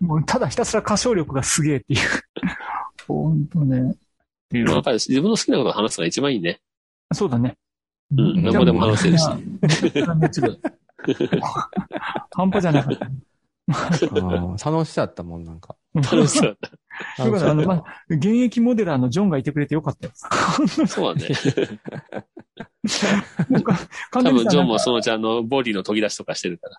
Speaker 3: もうただひたすら歌唱力がすげえっていう。 *laughs* ほんとね。ってい
Speaker 2: や
Speaker 3: う
Speaker 2: っ。ぱり自分の好きなことを話すのが一番いいね。
Speaker 3: そうだね。
Speaker 2: うん
Speaker 4: 何個でも
Speaker 2: 話せるし
Speaker 3: じゃあ。熱量半端じゃなかった。
Speaker 4: うん楽しさだったもん、なんか。
Speaker 2: 楽し *laughs* そう
Speaker 3: よかったあの、まあ、現役モデラーのジョンがいてくれてよかった
Speaker 2: *laughs*
Speaker 3: よ。
Speaker 2: だ。そうだね。
Speaker 3: もうか
Speaker 2: 多
Speaker 3: 完全に
Speaker 2: 分
Speaker 3: さ
Speaker 2: ジョンもそのうちあの、ボディの研ぎ出しとかしてるから。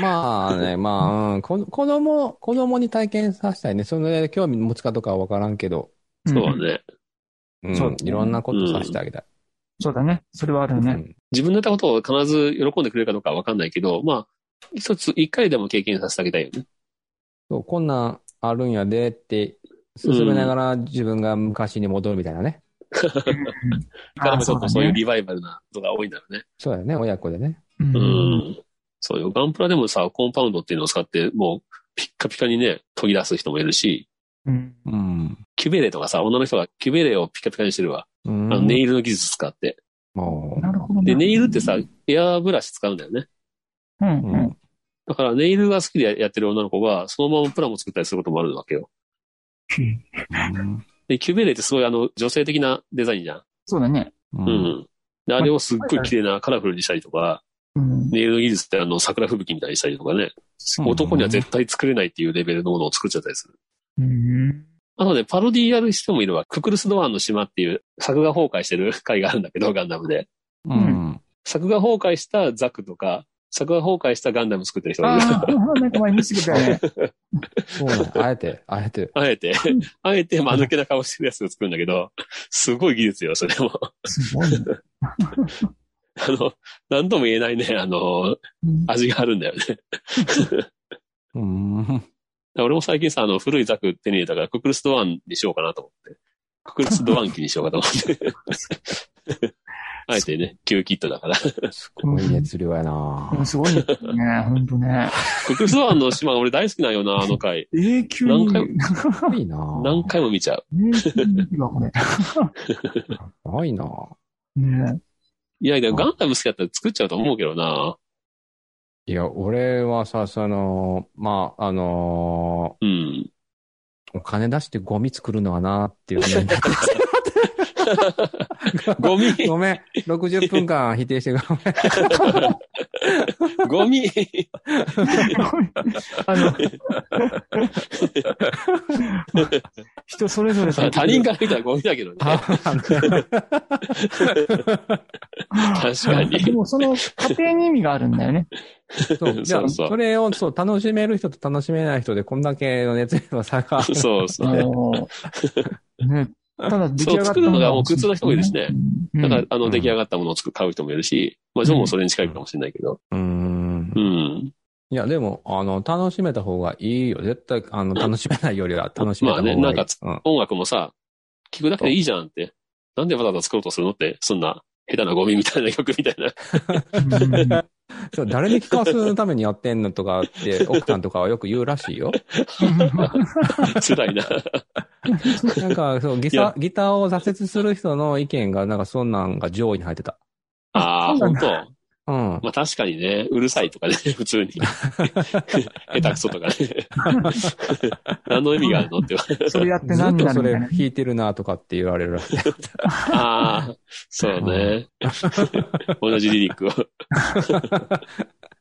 Speaker 4: まあね、まあ、うん、こ子供、子供に体験させたいね。その興味持つかどうかはわからんけど、
Speaker 3: なん
Speaker 2: そ
Speaker 3: か
Speaker 2: うだ
Speaker 3: ん
Speaker 2: ね。
Speaker 4: うん、
Speaker 3: そう
Speaker 4: いろんなことさせてあげたい。
Speaker 3: そうだね。それはある
Speaker 4: う
Speaker 3: ね。
Speaker 4: ん
Speaker 2: 自分のやったことを必ず喜んでくれるかどうかはわかんないけど、まあ、一つ、一回でも経験させてあげたいよね。
Speaker 4: そうこんなんあるんやでって、進めながら自分が昔に戻るみたいなね。
Speaker 2: だからこ
Speaker 3: そ
Speaker 2: そう
Speaker 3: だ
Speaker 2: そういう
Speaker 3: ね。
Speaker 2: リバイバルなのが多いんだろうね。
Speaker 4: そうだよね、親子でね。
Speaker 3: う
Speaker 2: うんん。そうよ。ガンプラでもさ、コンパウンドっていうのを使って、もう、ピッカピカにね、研ぎ出す人もいるし、
Speaker 3: うん
Speaker 4: うん。
Speaker 2: キュベレーとかさ、女の人がキュベレーをピカピカにしてるわ。
Speaker 4: う
Speaker 2: あ
Speaker 4: ん
Speaker 2: の、ネイルの技術使って。
Speaker 4: も
Speaker 3: なるほどね。
Speaker 2: で、ネイルってさ、エアブラシ使うんだよね。
Speaker 3: うん
Speaker 4: う、
Speaker 3: うん。
Speaker 2: だからネイルが好きでやってる女の子が、そのままプラモ作ったりすることもあるわけよ。で、キュベレーってすごいあの、女性的なデザインじゃん。
Speaker 3: そうだね。
Speaker 4: う。
Speaker 2: うんん。で、あれをすっごい綺麗なカラフルにしたりとか、
Speaker 3: うん。
Speaker 2: ネイルの技術ってあの、桜吹雪みたいにしたりとかね、
Speaker 4: うん
Speaker 2: 男には絶対作れないっていうレベルのものを作っちゃったりする。
Speaker 3: うん。
Speaker 2: あとね、パロディやる人もいるわ。ククルスドアンの島っていう作画崩壊してる回があるんだけど、ガンダムで。
Speaker 4: うん。
Speaker 2: 作画崩壊したザクとか、作画崩壊したガンダム作ってる人がいる。
Speaker 3: ああ、なんか前見せてくれたよね。
Speaker 4: そうだねあえて、あえて。
Speaker 2: あえて、あえて間抜けな顔してるやつを作るんだけど、すごい技術 *laughs* よ、それも。
Speaker 3: すごいね。
Speaker 2: あの、何とも言えないね、あの、
Speaker 3: うん
Speaker 2: 味があるんだよね。だか
Speaker 4: うん。
Speaker 2: ら俺も最近さ、あの、古いザク手に入れたから、ククルスドワンにしようかなと思って。ククルスドワン機にしようかと思って。
Speaker 4: *laughs*
Speaker 2: あえてね、旧キットだから。
Speaker 4: すごい熱量やな
Speaker 3: うんすごいね。ほんとね。
Speaker 2: ククルスドワンの島、俺大好きなんよな、あの回。
Speaker 3: 永久に。
Speaker 2: 何回
Speaker 4: すごいな
Speaker 2: 何回も見ちゃう。
Speaker 3: 永久に見るわ、これ。
Speaker 4: すごいな
Speaker 3: ね
Speaker 2: いやいや、ガンダム好きだったら作っちゃうと思うけどな。
Speaker 4: いや、俺はさ、その、まあ、あの
Speaker 2: うん。
Speaker 4: ーお金出してゴミ作るのはなっていうね
Speaker 2: ゴ
Speaker 4: *laughs*
Speaker 2: ミ、
Speaker 4: ごめん。60分間否定してごめん。
Speaker 2: ゴミ。
Speaker 3: あの、人それぞれだ
Speaker 2: 他人から見たらゴミだけどね。確かに。
Speaker 4: *laughs*
Speaker 3: でもその過程に意味があるんだよね。
Speaker 2: *laughs*
Speaker 4: そうじゃ
Speaker 2: そ
Speaker 4: あ、
Speaker 2: うそう
Speaker 4: それをそう楽しめる人と楽しめない人でこんだけの熱量の差がある。
Speaker 2: そうそ
Speaker 3: あ
Speaker 2: う。
Speaker 3: のね、ただ出来上
Speaker 2: そ
Speaker 3: がった
Speaker 2: う作るのがもう苦痛な人多いですね。
Speaker 3: うん
Speaker 2: だから、あ
Speaker 4: う
Speaker 2: の、
Speaker 4: ん
Speaker 2: 出来上がったものを作買う人もいるし、まあ、ジョンもそれに近いかもしれないけど。
Speaker 4: うーん
Speaker 2: う。ん。
Speaker 4: いや、でも、あの、楽しめた方がいいよ。絶対、あの、楽しめないよりは楽しめた方がいい。
Speaker 2: まあねなんか
Speaker 4: うん、
Speaker 2: 音楽もさ、聞くだけでいいじゃんって。なんでわざわざ作ろうとするのって、そんな、下手なゴミみたいな曲みたいな。
Speaker 3: *laughs* うん
Speaker 4: そう誰に聞かすためにやってん
Speaker 2: *laughs*
Speaker 4: のとかって、奥さんとかはよく言うらしいよ。
Speaker 2: 辛いな。
Speaker 4: なんか、そう、ギ
Speaker 2: い
Speaker 4: タ
Speaker 2: や
Speaker 4: ー、ギターを挫折する人の意見が、なんかそんなんが上位に入ってた。
Speaker 2: ああ、
Speaker 3: そう
Speaker 2: 本
Speaker 3: なん
Speaker 2: 当。
Speaker 4: うん。
Speaker 2: まあ確かにね、うるさいとかね、 *laughs* 普
Speaker 3: *laughs*
Speaker 2: 通に。下手くそとかね。何の意味があるのって。
Speaker 3: それやって
Speaker 4: ず
Speaker 3: な
Speaker 4: っ
Speaker 3: ん
Speaker 4: と
Speaker 3: だ
Speaker 4: そ
Speaker 3: み
Speaker 4: れ
Speaker 3: たい
Speaker 4: 弾
Speaker 3: な。
Speaker 4: いてるなとかって言わ
Speaker 2: *laughs*
Speaker 4: れるらしい。
Speaker 2: ああ、そう
Speaker 3: *laughs*
Speaker 2: ね。同じリリックを。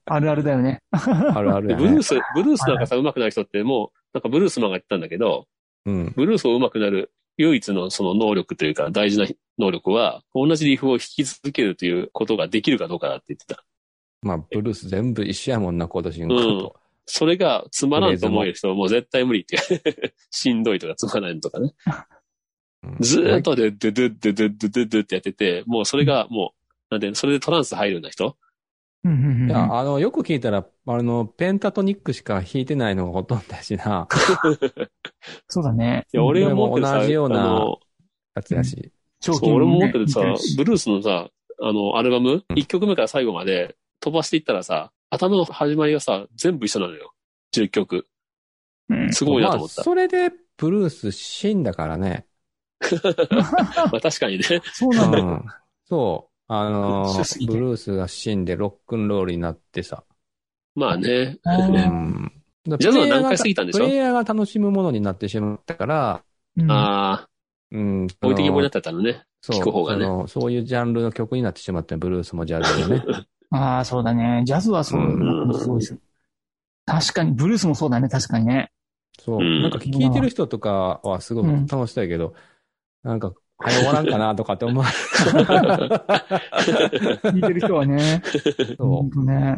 Speaker 3: あるあるだよね。
Speaker 4: あるある
Speaker 2: で
Speaker 4: や
Speaker 2: ブル
Speaker 4: ね
Speaker 2: ー。ス、ブルースなんかさ、上手くなる人ってもう、なんかブルースマンが言ってたんだけど、
Speaker 4: うん。
Speaker 2: ブルースを上手くなる唯一のその能力というか大事な能力は、同じリフを弾き続けるということができるかどうかだって言ってた。
Speaker 4: まあ、ブルース全部一緒やもんな、コード進行と。
Speaker 2: それがつまらんと思える人はもう絶対無理って。しんどいとかつまらんとかね。
Speaker 4: うん
Speaker 2: ずーっ。とで、ドゥドゥドゥドゥドゥドゥドゥってやってて、もうそれがもう、なんで、それでトランス入るような人
Speaker 3: うんうんうん
Speaker 4: いや、あの、よく聞いたら、あの、ペンタトニックしか弾いてないのがほとんどだ
Speaker 3: *laughs*
Speaker 4: しな、
Speaker 3: そうだね。
Speaker 2: いや、俺が持ってる
Speaker 4: でも
Speaker 2: さ、
Speaker 4: 同じような
Speaker 2: あの、
Speaker 4: やつやし。
Speaker 3: 長
Speaker 2: そう俺も持ってるさ
Speaker 3: 見し、
Speaker 2: ブルースのさ、あの、アルバム、
Speaker 4: うん
Speaker 2: 1曲目から最後まで飛ばしていったらさ、頭の始まりがさ、全部一緒なのよ。10曲。
Speaker 3: うん
Speaker 2: すごいなと思った
Speaker 4: まあ、。それで、ブルース死んだからね。
Speaker 2: まあ確かにね。 *laughs*
Speaker 3: そう
Speaker 4: う
Speaker 3: なんだよ。
Speaker 4: ん。そう。あの
Speaker 3: 一緒すぎ、て
Speaker 4: ブルースが死んでロックンロールになってさ。
Speaker 2: まあね。
Speaker 3: あー
Speaker 4: うん。
Speaker 2: ジャズは難解すぎたんでしょ
Speaker 4: プレイヤーが楽しむものになってしまったから、
Speaker 3: う
Speaker 2: *laughs*
Speaker 3: ん
Speaker 2: あ
Speaker 4: うん。
Speaker 2: あ、置いてきぼりになっ
Speaker 4: って
Speaker 2: たのね。聞く方がね
Speaker 4: そうそのそういうジャンルの曲になってしまったよブルースもジャズもね。
Speaker 3: ああ、そうだね。ジャズはそう
Speaker 2: うん
Speaker 3: すごいです。確かに、ブルースもそうだね、確かにね。
Speaker 4: そう。
Speaker 2: うん
Speaker 4: なんか聞いてる人とかはすごい楽しそうやけど、なんか、早終わらんかなとかって思わ
Speaker 3: 聞いてる人はね。
Speaker 4: れ
Speaker 3: ほ
Speaker 4: そ
Speaker 3: んとね。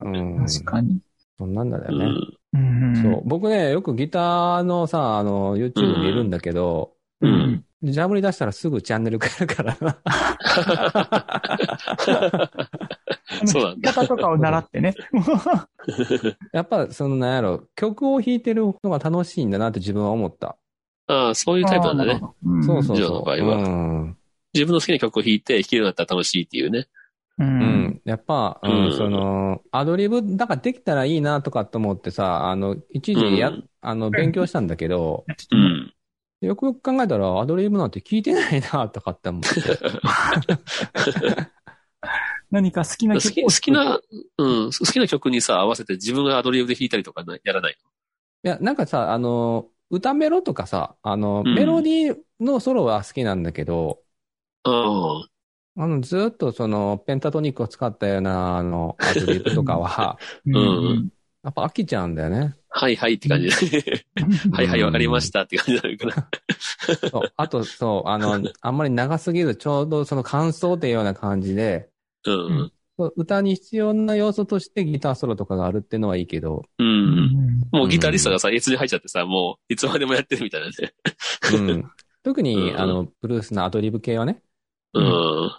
Speaker 4: う。うん。
Speaker 3: 確かに。
Speaker 4: そんなんだ
Speaker 2: う
Speaker 4: よね。
Speaker 2: ん。
Speaker 3: うんん
Speaker 4: そう。。僕ね、よくギターのさ、あの、YouTube 見るんだけど、
Speaker 2: うん。
Speaker 4: ジャムり出したらすぐチャンネル変えるからな。
Speaker 3: ん
Speaker 2: そうなんだ。
Speaker 3: 方とかを習ってね。
Speaker 4: やっぱ、その、なんやろ、曲を弾いてる方が楽しいんだなって自分は思った。
Speaker 2: ああ、そういうタイプなんだね。
Speaker 3: ん
Speaker 4: そうそう
Speaker 2: ジョーの
Speaker 4: そ
Speaker 2: 場
Speaker 4: う。
Speaker 2: 合
Speaker 4: う
Speaker 2: は
Speaker 4: ん。
Speaker 2: 自分の好きな曲を弾いて弾けるようになったら楽しいっていうね。
Speaker 3: う。
Speaker 4: うんん。やっぱ、うん
Speaker 2: うん
Speaker 4: その、アドリブ、だからできたらいいなとかと思ってさ、あの、一時や、
Speaker 2: うん
Speaker 4: あの、勉強したんだけど、
Speaker 2: うん。
Speaker 4: よくよく考えたら、アドリブなんて聞いてないなとかって
Speaker 2: *laughs*
Speaker 4: 思って。
Speaker 3: 何か好きな
Speaker 2: 好
Speaker 3: 曲
Speaker 2: き好きな、うん、好きな曲にさ、合わせて自分がアドリブで弾いたりとかなやらない。
Speaker 4: いや、なんかさ、あの、歌メロとかさ、あの、
Speaker 2: うん
Speaker 4: メロディーのソロは好きなんだけど、
Speaker 2: うん。
Speaker 4: あの、ずっとその、ペンタトニックを使ったような、あの、アドリブとかは、
Speaker 2: *laughs*
Speaker 3: うん
Speaker 2: うん
Speaker 4: やっぱ飽きちゃうんだよね。
Speaker 2: はいはいって感じで。はいはい、わかりましたって感じになるか
Speaker 4: そう。あと、そう、あの、あんまり長すぎず、ちょうどその感想っていうような感じで、
Speaker 2: ら。うん。
Speaker 4: そう歌に必要な要素としてギターソロとかがあるっていうのはいいけど、
Speaker 2: う。
Speaker 3: うんん
Speaker 2: もうギタリストがさ、いつに入っちゃってさ、もういつまでもやってるみたいなね。 *laughs*
Speaker 4: うん。特に、
Speaker 2: うん
Speaker 4: あの、ブルースのアドリブ系はね、
Speaker 2: うん。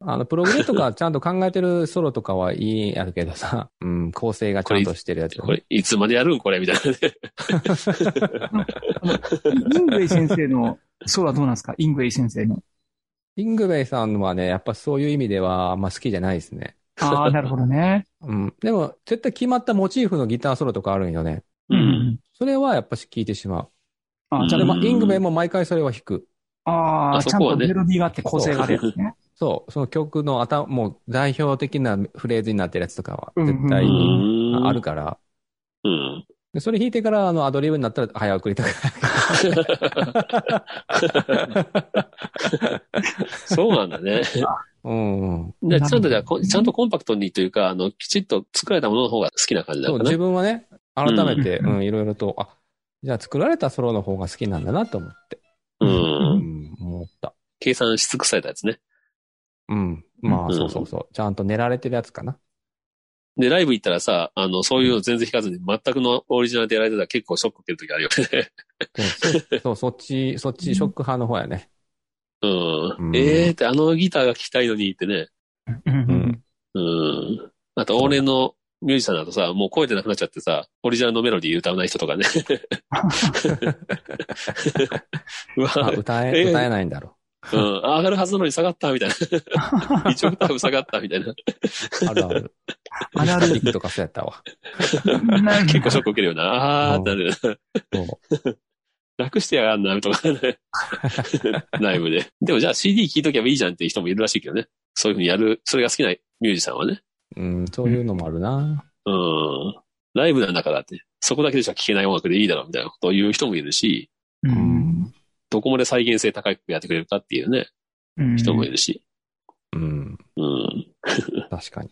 Speaker 4: あの、プログレとかちゃんと考えてるソロとかはいいやるけどさ、 *laughs* うん、構成がちゃんとしてるやつ、
Speaker 2: これ、いつまでやるんこれみたいなね。
Speaker 3: イングウェイ先生の、ソロはどうなんですかイングウェイ先生の。
Speaker 4: イングベイさんはね、やっぱそういう意味では、あんま好きじゃないですね。
Speaker 3: ああ、なるほどね。
Speaker 4: うん。でも、絶対決まったモチーフのギターソロとかあるんよね。
Speaker 2: う。
Speaker 3: うんん。
Speaker 4: それはやっぱし聞いてしまう。
Speaker 3: あーじゃ
Speaker 4: で、
Speaker 3: あ
Speaker 4: まあ、
Speaker 2: うん
Speaker 4: イングベイも毎回それは弾く。
Speaker 3: あ
Speaker 2: あ
Speaker 3: あ、
Speaker 2: そ
Speaker 3: ちゃん
Speaker 2: こは
Speaker 3: と
Speaker 2: ね
Speaker 3: メロディーがあって構成があるやつね。
Speaker 4: そう、その曲の頭、もう代表的なフレーズになってるやつとかは
Speaker 3: うん
Speaker 4: 絶対
Speaker 3: う
Speaker 4: あ
Speaker 2: あ
Speaker 4: る。から、
Speaker 2: うん。
Speaker 4: でそれ弾いてからあのアドリブになったら早送りとか。 *laughs*
Speaker 2: そうなんだ
Speaker 4: *laughs*
Speaker 2: ね。
Speaker 4: うん。
Speaker 2: でちゃんとじゃあこちゃんとコンパクトにというか、あの、きちっと作られたものの方が好きな感じだ
Speaker 4: そう、
Speaker 2: かな
Speaker 4: 自。分はね、改めて、
Speaker 3: うん
Speaker 4: うん、いろいろと、あ、じゃあ作られたソロの方が好きなんだなと思って、
Speaker 2: う。
Speaker 4: うんん、思った。
Speaker 2: 計算し尽くされたやつね。
Speaker 4: うん。ま
Speaker 2: う
Speaker 4: あ、
Speaker 2: ん
Speaker 4: そうそうそう。ちゃんと寝られてるやつかな。
Speaker 2: で、ライブ行ったらさ、あの、そういうの全然弾かずに、全くのオリジナルでやられてたら結構ショック受ける時あるよね。 *laughs*
Speaker 4: そうそう、そうそっち、そっち、ショック派の方やね。
Speaker 2: うん。
Speaker 4: うん
Speaker 2: ええー、って、あのギターが聴きたいのにってね。
Speaker 3: うん。
Speaker 2: うん。あと、往年のミュージシャンだとさ、もう声でなくなっちゃってさ、オリジナルのメロディー歌わない人とか
Speaker 4: *laughs*
Speaker 2: ね。 *laughs* う
Speaker 4: あ
Speaker 2: わ、
Speaker 4: 歌
Speaker 2: え
Speaker 4: え、
Speaker 2: え
Speaker 4: 歌えないんだろ
Speaker 2: うん、上がるはずなのに下がったみたいな。1オクターブ下がったみたいな。
Speaker 4: う。あるあ
Speaker 2: *laughs*
Speaker 4: る。
Speaker 3: あるある
Speaker 4: ミュージックとかそうやったわ。
Speaker 2: 結構ショック受けるよな。あーってなるよな。
Speaker 4: そう
Speaker 2: 楽してやがんな、とかね。内部で。でもじゃあ CD 聴いとけばいいじゃんっていう人もいるらしいけどね。そういうふうにやる、それが好きなミュージシャンはね。
Speaker 4: うん、そういうのもあるな。
Speaker 2: うん。ライブなんだからって、そこだけでしか聴けない音楽でいいだろうみたいなことを言う人もいるし、
Speaker 3: うん
Speaker 2: どこまで再現性高くやってくれるかっていうね、
Speaker 3: うん
Speaker 2: 人もいるし。
Speaker 4: うん、
Speaker 2: うん。
Speaker 4: 確かに。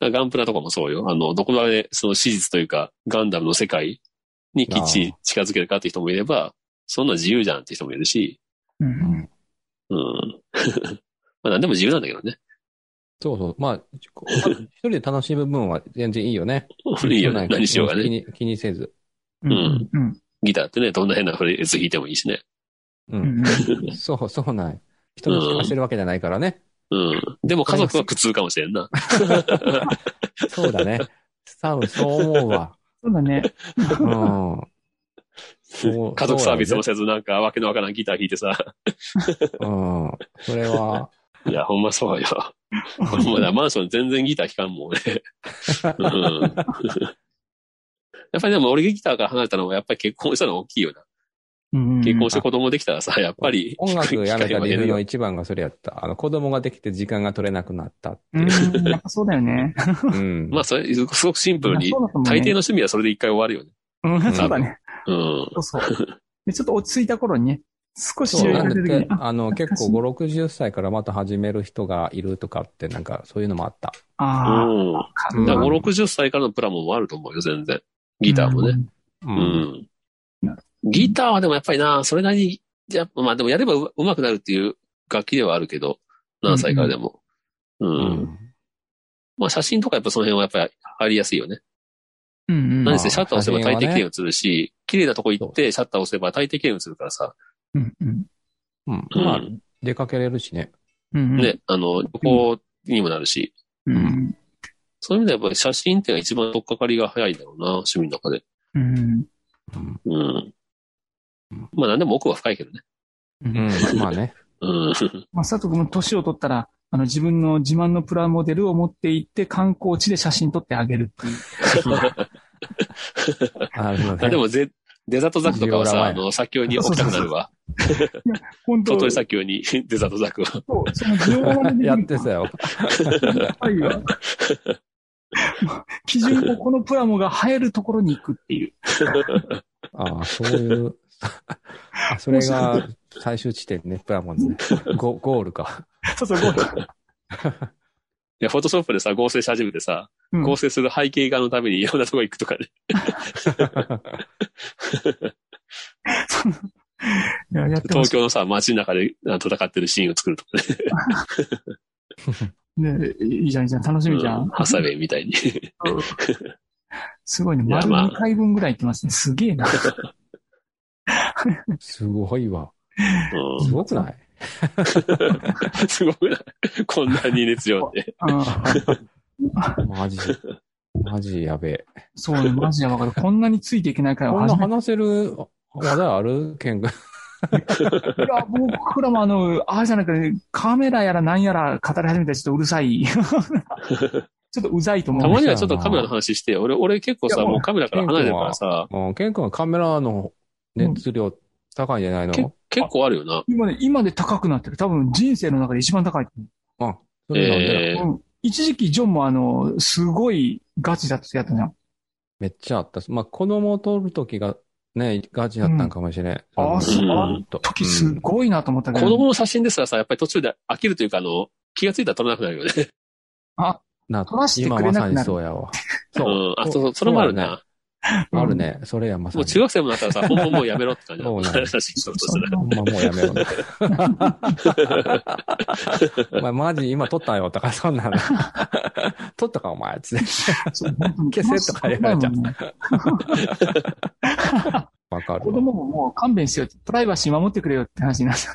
Speaker 2: ガンプラとかもそうよ。あの、どこまでその史実というか、ガンダムの世界にきっちり近づけるかっていう人もいれば、そんな自由じゃんっていう人もいるし、
Speaker 3: うん
Speaker 2: うん。 *laughs* まあ何でも自由なんだけどね。
Speaker 4: そうそう。まあ、こう一人で楽しむ分は全然いいよね。
Speaker 2: *laughs* いいよ
Speaker 4: な
Speaker 2: ね
Speaker 4: ん。か
Speaker 2: 何しようが
Speaker 4: 気
Speaker 2: ね。
Speaker 4: に気にせず。
Speaker 3: うんうん
Speaker 2: ギターってね、どんな変なフレーズ弾いてもいいしね。
Speaker 4: う。
Speaker 3: うんん
Speaker 4: *laughs* そう、そうない。人に聞かせるわけじゃないからね。
Speaker 2: うん。でも家族は苦痛かもしれんな。
Speaker 4: そうだね。多分そう思う
Speaker 2: *laughs*
Speaker 4: わ。
Speaker 3: そうだね。
Speaker 4: うん。そう
Speaker 2: 家族サービスもせずなんか、わけのわからんギター弾いて
Speaker 4: *laughs*
Speaker 2: さ。
Speaker 4: うん。それは、
Speaker 2: いや、ほんまそうよ。ほんまだ、マンション全然ギター弾かんもんね。うん。 *laughs* やっぱりでも俺がギターから離れたのはやっぱり結婚したのが大きいよな。結婚して子供できたらさ、やっぱり。
Speaker 4: 音楽やめた理由
Speaker 2: る
Speaker 4: の
Speaker 2: よ。
Speaker 4: 一番がそれやった。あの、子供ができて時間が取れなくなったっていう。
Speaker 3: うん。やっぱそうだよね。
Speaker 4: うん。
Speaker 2: *laughs* まあ、それ、すごくシンプルに、大抵の趣味はそれで一回終わるよね。
Speaker 3: の。そうだね。
Speaker 2: うん。
Speaker 3: そうそう。で、ちょっと落ち着いた頃にね、少し
Speaker 4: そう、
Speaker 3: 余
Speaker 4: な
Speaker 3: 裕
Speaker 4: ん
Speaker 3: が出
Speaker 4: だって
Speaker 3: き
Speaker 4: け
Speaker 3: て、あ
Speaker 4: あの、結
Speaker 3: 懐かし
Speaker 4: 構
Speaker 3: い
Speaker 4: 5、60歳からまた始める人がいるとかって、なんか、そういうのもあった。
Speaker 3: あー、
Speaker 2: うん。
Speaker 4: うん
Speaker 2: だから
Speaker 4: あ
Speaker 2: 5、60歳からのプラモもあると思うよ、全然。ギターもね。
Speaker 4: う。
Speaker 2: うんん。
Speaker 3: なる
Speaker 2: ギターはでもやっぱりな、それなりに、やっぱまあでもやればうまくなるっていう楽器ではあるけど、何歳からでも。うん。まあ写真とかやっぱその辺はやっぱり入りやすいよね。
Speaker 3: うんうん。
Speaker 2: 何せシャッター押せば
Speaker 4: 写真
Speaker 2: 大抵
Speaker 4: はね
Speaker 2: 綺麗に映るし、綺麗なとこ行ってシャッター押せば大抵綺麗に映るからさ。
Speaker 3: うんうん
Speaker 4: うん。
Speaker 2: うん
Speaker 4: まあ、出かけれるしね。
Speaker 3: うん。
Speaker 2: ね、あの、旅行にもなるし。
Speaker 3: うん。
Speaker 2: そういう意味ではやっぱり写真っていうのが一番取っかかりが早いんだろうな、趣味の中で。
Speaker 3: うん。
Speaker 2: うん。まあ何でも奥は深いけどね。
Speaker 3: う
Speaker 4: うん
Speaker 3: ん。。
Speaker 4: まあ
Speaker 2: *laughs*
Speaker 4: ね。
Speaker 2: うん。
Speaker 3: まあ、佐藤君も年を取ったら、あの、自分の自慢のプラモデルを持って行って、観光地で写真撮ってあげるっていう。
Speaker 4: なるほど
Speaker 2: あ
Speaker 4: ね
Speaker 2: で。もゼ、デザートザックとかは
Speaker 4: ジオラ
Speaker 2: さ、
Speaker 4: マ
Speaker 2: あ
Speaker 4: や
Speaker 2: の、先用に置きたくなる
Speaker 3: *laughs*
Speaker 2: わ。
Speaker 3: 本
Speaker 2: 鳥
Speaker 3: 当
Speaker 2: 取砂丘に *laughs* デザートザックは。
Speaker 3: そう、その需要が
Speaker 4: *laughs* やってたよ。
Speaker 3: はいよ。基準をこのプラモが生えるところに行くっていう。
Speaker 4: ああ、そういう。あそれが最終地点ね、プラモンね。ゴゴールか。
Speaker 3: そうそう、ゴール
Speaker 2: いや、フォトショップでさ、合成し始めてさ、
Speaker 3: うん
Speaker 2: 合成する背景画のためにいろんなとこ行くとかね。
Speaker 3: いややってま
Speaker 2: 東
Speaker 3: す
Speaker 2: 京のさ、街の中であの戦ってるシーンを作るとかね。
Speaker 3: ね。いいじゃん、いいじゃん。楽しみじゃ
Speaker 2: うん
Speaker 3: ん。
Speaker 2: ハサウェイみたいに。
Speaker 3: すごいね。
Speaker 2: いや
Speaker 3: 丸
Speaker 2: まあ
Speaker 3: 2回分ぐらい行ってますね。すげえな。
Speaker 4: すごい
Speaker 2: う
Speaker 4: わ。
Speaker 3: *laughs*
Speaker 4: すごくない
Speaker 2: ん、すごくないこんなに熱量って。
Speaker 4: マジ。マジやべえ。
Speaker 3: そうね、マジでわかる。こんなについていけない会
Speaker 4: こん
Speaker 3: 話
Speaker 4: な
Speaker 3: 初めて。
Speaker 4: 話せる話題あるケン君。
Speaker 3: いや、僕らもあの、ああじゃなくて、カメラやらなんやら語り始めたらちょっとうるさ
Speaker 4: *laughs*
Speaker 3: い。ちょっとうざいと
Speaker 2: た
Speaker 3: 思う
Speaker 2: ま。にはちょっとカメラの話してよ、俺、俺結構
Speaker 3: い
Speaker 2: さ、
Speaker 3: やもう
Speaker 2: もうカメラから離れてるからさ、
Speaker 4: うんケン君はカメラの熱量高いんじゃない
Speaker 2: け
Speaker 4: の
Speaker 2: 結構あるよな。
Speaker 3: 今ね、今で高くなってる。多分人生の中で一番高い。
Speaker 4: あ、そういうのなんで
Speaker 2: えー
Speaker 3: うん一時期ジョンもあの、すごいガチだってやったじゃん。
Speaker 4: めっちゃあった。まあ、子供を取るときがね、ガチだったんかもしれん。
Speaker 3: あー
Speaker 4: の
Speaker 2: そう
Speaker 4: うんと
Speaker 3: 時すごいなと思った
Speaker 2: 子
Speaker 3: けど。
Speaker 2: 供の写真ですらさ、やっぱり途中で飽きるというか、あの、気がついたら撮れなくなるよね。
Speaker 4: な
Speaker 3: 取らして
Speaker 4: 今
Speaker 3: くれ
Speaker 4: ま
Speaker 3: な
Speaker 4: さ
Speaker 3: く
Speaker 4: に
Speaker 3: なる
Speaker 4: そうや
Speaker 2: う
Speaker 4: わ。そう。
Speaker 2: ん。あ、そうそう、それもあるな。
Speaker 3: うん
Speaker 4: ある。ね。それやまさ
Speaker 2: もう
Speaker 4: に。
Speaker 2: 中学生もなったらさ、ほんまもうやめろって感じだ
Speaker 4: そう
Speaker 2: もん
Speaker 4: な
Speaker 2: ね
Speaker 4: んだ
Speaker 2: 写真撮るとしたら。
Speaker 4: ほんまもうやめ
Speaker 2: *laughs*
Speaker 4: ろ。お前マジ今撮ったよとか、そんなの。 *laughs* 撮ったかお前、つって。
Speaker 3: そう本当に
Speaker 4: 消せとかやられちゃう
Speaker 3: そうだもんね
Speaker 4: わかる
Speaker 3: 子
Speaker 4: わ。
Speaker 3: 供ももう勘弁してよって。プライバシー守ってくれよって話にな
Speaker 4: *laughs*
Speaker 3: った。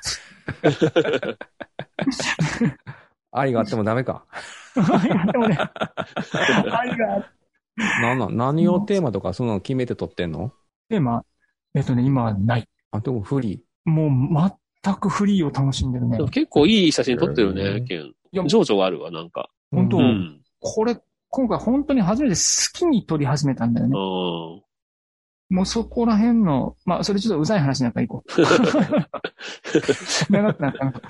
Speaker 4: 愛があってもダメか。
Speaker 3: でもね、愛があって
Speaker 4: なんなん、何をテーマとか、その決めて撮ってんの
Speaker 3: テーマ、えっとね、今はない。
Speaker 4: あ、でもフリ
Speaker 3: もう全くフリーを楽しんでるね
Speaker 2: でも。結構いい写真撮ってる
Speaker 4: う
Speaker 2: ね
Speaker 4: ん、
Speaker 2: ケン
Speaker 3: や。
Speaker 2: 情緒があるわ、なんか。
Speaker 4: ー。
Speaker 3: 本当
Speaker 2: う
Speaker 3: うん
Speaker 2: ん。
Speaker 3: これ、今回本当に初めて好きに撮り始めたんだよね。
Speaker 2: うん。
Speaker 3: もうそこら辺の、まあ、それちょっとうざい話なんか行こう。長くなったな。
Speaker 2: ね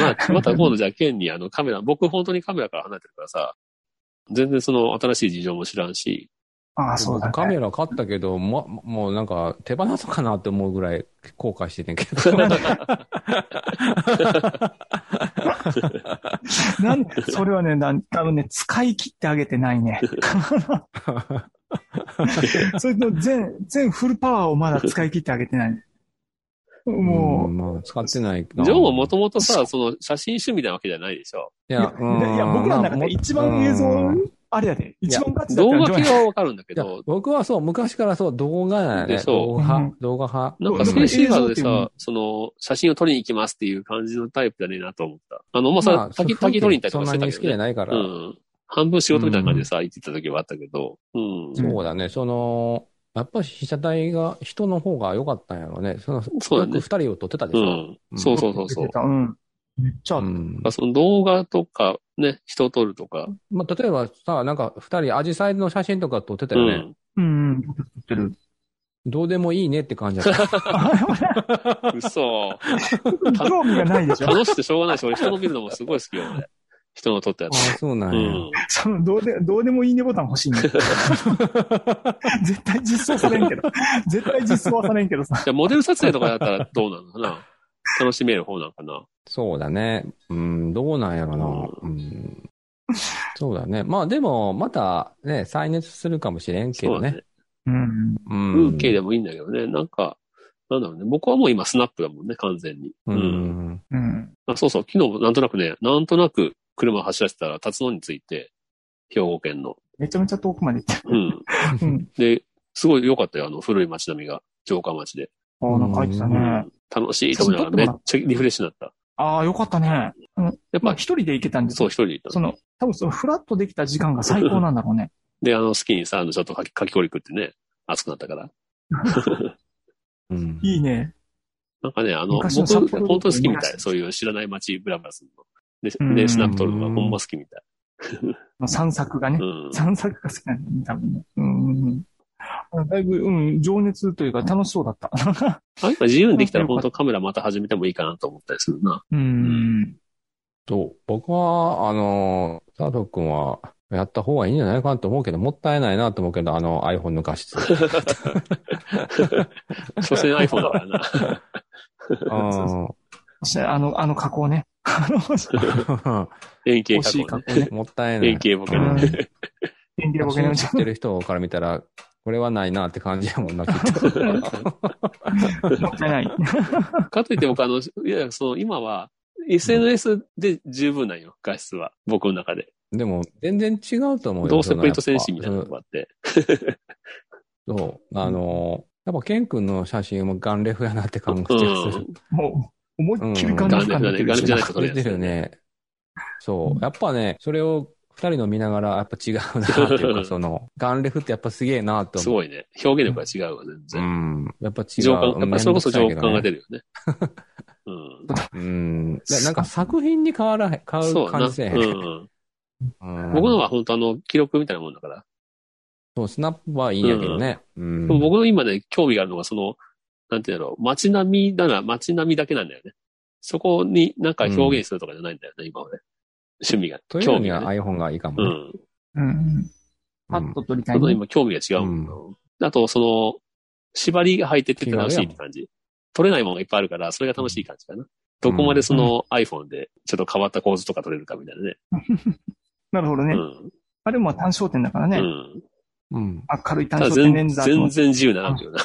Speaker 2: まあ、また今度じゃあ、ケンにあのカメラ、僕本当にカメラから離れてるからさ、全然その新しい事情も知らんし、
Speaker 3: ああ、そうだ、ね。
Speaker 4: 僕カメラ買ったけど、ま、もうなんか手放そうかなって思うぐらい後悔しててんけど。
Speaker 3: なんそれはね、なん多分ね、使い切ってあげてないね。それと全、全フルパワーをまだ使い切ってあげてない。
Speaker 4: う
Speaker 3: *laughs* も、
Speaker 4: んまあ、使ってないな。
Speaker 2: ジョンはもともとさ、その写真趣味なわけじゃないでしょ。
Speaker 4: いうや、うん
Speaker 3: いや、僕らの中で一番映像
Speaker 4: うん、
Speaker 3: あれやで、一番ガチだった
Speaker 2: 動
Speaker 3: の
Speaker 2: 画系はわかるんだけ
Speaker 4: いや
Speaker 2: ど、
Speaker 4: 僕はそう、昔からそう、動画だよね。
Speaker 2: でそう
Speaker 4: 動画
Speaker 3: うん
Speaker 4: 派、動画派。
Speaker 2: なん
Speaker 3: う
Speaker 2: か
Speaker 3: ん
Speaker 2: スペースシーバーで
Speaker 3: 映像っていう
Speaker 2: さ、その、写真を撮りに行きますっていう感じのタイプだねなと思った。あの、まあ、さ、滝、滝撮りに行ったりとかし
Speaker 4: そ
Speaker 2: て
Speaker 4: んな
Speaker 2: た
Speaker 4: に
Speaker 2: けど、
Speaker 4: 好き
Speaker 2: ね。
Speaker 4: じゃないから。
Speaker 2: うん。半分仕事みたいな感じでさ、行ってた時はあったけど、うん。
Speaker 3: ん
Speaker 4: そうだね。その、やっぱり被写体が、人の方が良かったんやろうね。その、
Speaker 2: そうだね
Speaker 4: 約二人を撮ってたでし
Speaker 2: う
Speaker 4: ょ。
Speaker 2: ん。そうそうそうそう
Speaker 3: 出て。たうん。めっちゃあ
Speaker 4: う
Speaker 3: る、
Speaker 4: ん
Speaker 2: まあその動画とか、ね、人を撮るとか。
Speaker 4: まあ、例えばさ、なんか二人、アジサイの写真とか撮ってた
Speaker 2: う
Speaker 4: よね。
Speaker 2: ん。
Speaker 3: うん。うん撮ってる。
Speaker 4: どうでもいいねって感じ
Speaker 2: *laughs*
Speaker 4: だった。
Speaker 2: 嘘。
Speaker 3: 興味がないでしょ
Speaker 2: 楽しくてしょうがないし、俺人の見るのもすごい好きよ、俺。人の撮ったや
Speaker 4: あ
Speaker 2: つ。
Speaker 4: そうな
Speaker 2: うん
Speaker 4: や。
Speaker 2: ん。
Speaker 3: その、どうで、どうでもいいねボタン欲し
Speaker 2: *laughs*
Speaker 3: いね。絶対実装されんけど。絶対実装はされんけどさ。
Speaker 2: じゃあモデル撮影とかだったらどうなのかな楽しめる方なのかな
Speaker 4: そうだね。うん、どうなんやろな。うん、そうだね。まあでも、またね、再熱するかもしれんけ
Speaker 2: そう
Speaker 4: ど
Speaker 2: だ
Speaker 4: ね。
Speaker 2: ね。
Speaker 3: うん。
Speaker 4: うん
Speaker 2: 風景でもいいんだけどね。なんか、なんだろうね。僕はもう今スナップだもんね、完全に。
Speaker 4: う。ん。
Speaker 3: うん。
Speaker 2: あそうそう、昨日なんとなくね、なんとなく車走らせてたら、立野について、兵庫県の。
Speaker 3: めちゃめちゃ遠くまで行っ
Speaker 2: うん。
Speaker 3: た。うん。
Speaker 2: で、すごい良かったよ、あの古い街並みが、城下町で。
Speaker 3: ああ、なんか入ってた
Speaker 2: う
Speaker 3: ね。
Speaker 2: ん。楽しいと思いながら、めっちゃリフレッシュになった。
Speaker 3: ああ、よかったね。
Speaker 2: やっ
Speaker 3: まあ
Speaker 2: ぱ、
Speaker 3: 一人で行けたんです
Speaker 2: そう、
Speaker 3: よ
Speaker 2: 一人で行ったの
Speaker 3: その、多分そのフラッとできた時間が最高なんだろうね。
Speaker 2: で、あの、好きにさ、あの、ちょっとかきかき氷食ってね、暑くなったから。
Speaker 4: うん
Speaker 3: いいね。
Speaker 2: なんかね、あの、僕、
Speaker 3: 昔の札幌
Speaker 2: 本当に好きみた
Speaker 3: 思い出
Speaker 2: い。
Speaker 3: した
Speaker 2: そういう知らない街ブラブラする
Speaker 3: う
Speaker 2: の。
Speaker 3: ん
Speaker 2: で、で、スナップ撮るのがほんま好きみたい。
Speaker 3: 散策がね
Speaker 2: う。ん。
Speaker 3: 散策が好きなんだね、多分ね。うんうんうん。あだいぶ、うん、情熱というか楽しそうだった。
Speaker 2: あ、今自由にできたら本当カメラまた始めてもいいかなと思ったりする
Speaker 4: *laughs*
Speaker 2: な。
Speaker 3: うん。
Speaker 4: と、僕は、あの、佐藤君は、やった方がいいんじゃないかなと思うけど、もったいないなと思うけど、あの iPhone の
Speaker 2: *laughs*
Speaker 4: 画質。
Speaker 2: 所詮 iPhone だからな。
Speaker 4: *laughs* うん
Speaker 3: そして、あの、あの加工ね。 *laughs* あの、惜
Speaker 2: 円形
Speaker 3: しい
Speaker 2: 加工
Speaker 3: 加
Speaker 2: ね。*laughs*
Speaker 3: 工ね。
Speaker 4: もったいない。
Speaker 2: 円形ボケ
Speaker 4: う
Speaker 2: ね
Speaker 4: ん。
Speaker 3: 演技ボケのうち
Speaker 4: 知ってる人から見たら、これはないなって感じやもんな、きっと。
Speaker 2: *laughs*
Speaker 3: もったいない。 *laughs*
Speaker 2: かといって僕、あの、いや、その、今は、SNS で十分なんよ、画質は。僕の中で。
Speaker 4: でも、全然違うと思うよ。
Speaker 2: どうせ
Speaker 4: その
Speaker 2: プリントセンシみたいな
Speaker 4: や
Speaker 2: の
Speaker 4: っぱ
Speaker 2: があって。
Speaker 4: うんそう。あのー、やっぱ、ケン君の写真もガンレフやなって感
Speaker 2: う
Speaker 4: じがする。
Speaker 2: ん。
Speaker 3: もう、思いっきり感
Speaker 2: ガ
Speaker 3: 動
Speaker 2: ンレ
Speaker 3: 深
Speaker 2: フ
Speaker 3: め
Speaker 2: だね。
Speaker 3: てる
Speaker 2: ガンレ
Speaker 3: し
Speaker 2: フじゃないと撮れ
Speaker 4: 出
Speaker 2: ないで
Speaker 4: て
Speaker 2: す
Speaker 4: る
Speaker 2: よ。
Speaker 4: ね。そう。やっぱね、それを二人の見ながら、やっぱ違うなっていうか、その、ガンレフってやっぱすげえなと
Speaker 2: す
Speaker 4: 思う。
Speaker 2: ごいね。表現力が違うわ、全
Speaker 4: う
Speaker 2: 然。
Speaker 4: ん。やっぱ違う。
Speaker 2: 情感、やっぱりそれこそ情感が出
Speaker 4: 出
Speaker 2: るよね。うん。
Speaker 4: うん。ななんか作品に変わらへん、変わ
Speaker 2: そう
Speaker 4: る
Speaker 2: やな。
Speaker 4: 感じせえへん。
Speaker 2: うん。
Speaker 4: うん
Speaker 2: 僕のは本当あの、記録みたいなもんだから。
Speaker 4: そう、スナップはいいんやけどね。うん。
Speaker 2: 僕の今ね、興味があるのが、その、なんていうんだろう、街並みなら街並みだけなんだよね。そこになんか表現するとかじゃないんだよね、今はね。趣味が。
Speaker 4: という
Speaker 2: 興
Speaker 4: の
Speaker 2: 味
Speaker 4: に
Speaker 2: が、
Speaker 4: は
Speaker 2: ね。
Speaker 4: iPhone がいいかも
Speaker 2: う
Speaker 4: ね。
Speaker 2: ん。
Speaker 3: うん。
Speaker 4: う
Speaker 3: パ
Speaker 4: ん
Speaker 3: ッと取りた
Speaker 2: ちょ
Speaker 3: い
Speaker 2: っと
Speaker 3: ね。
Speaker 2: 今興味が違うもんな。あと、その、縛りが入っててて楽しいって感じ。取れないものがいっぱいあるから、それが楽しい感じかな。どこまでその iPhone でちょっと変わった構図とか取れるかみたいなね。
Speaker 3: なるほどね。
Speaker 2: う
Speaker 3: あれも単焦点だからね。
Speaker 2: ん。うん。
Speaker 4: うん。
Speaker 3: 明るい
Speaker 2: た
Speaker 3: 単
Speaker 2: だ
Speaker 3: 焦点
Speaker 2: 全
Speaker 3: レンズだと思
Speaker 2: 全
Speaker 3: って
Speaker 2: 然自由にならんけどな。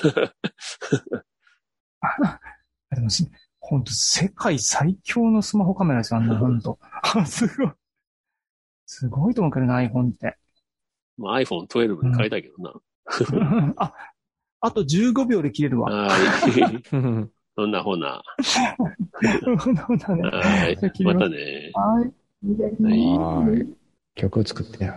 Speaker 3: *laughs* でもし、本当世界最強のスマホカメラですよ、あんな、本当 *laughs* すごい。すごいと思うけどな、iPhone って。
Speaker 2: まあ iPhone12 に変えたいけどな。
Speaker 3: あ、あと15秒で切れるわ。
Speaker 2: はい。 *laughs*
Speaker 4: うん。
Speaker 2: そんなほな。
Speaker 3: なるほ *laughs* どね。
Speaker 2: はい
Speaker 3: じゃあ。切
Speaker 2: ま
Speaker 3: ります
Speaker 2: たね。
Speaker 3: はい。
Speaker 2: はい。
Speaker 4: はい。曲作ってよ。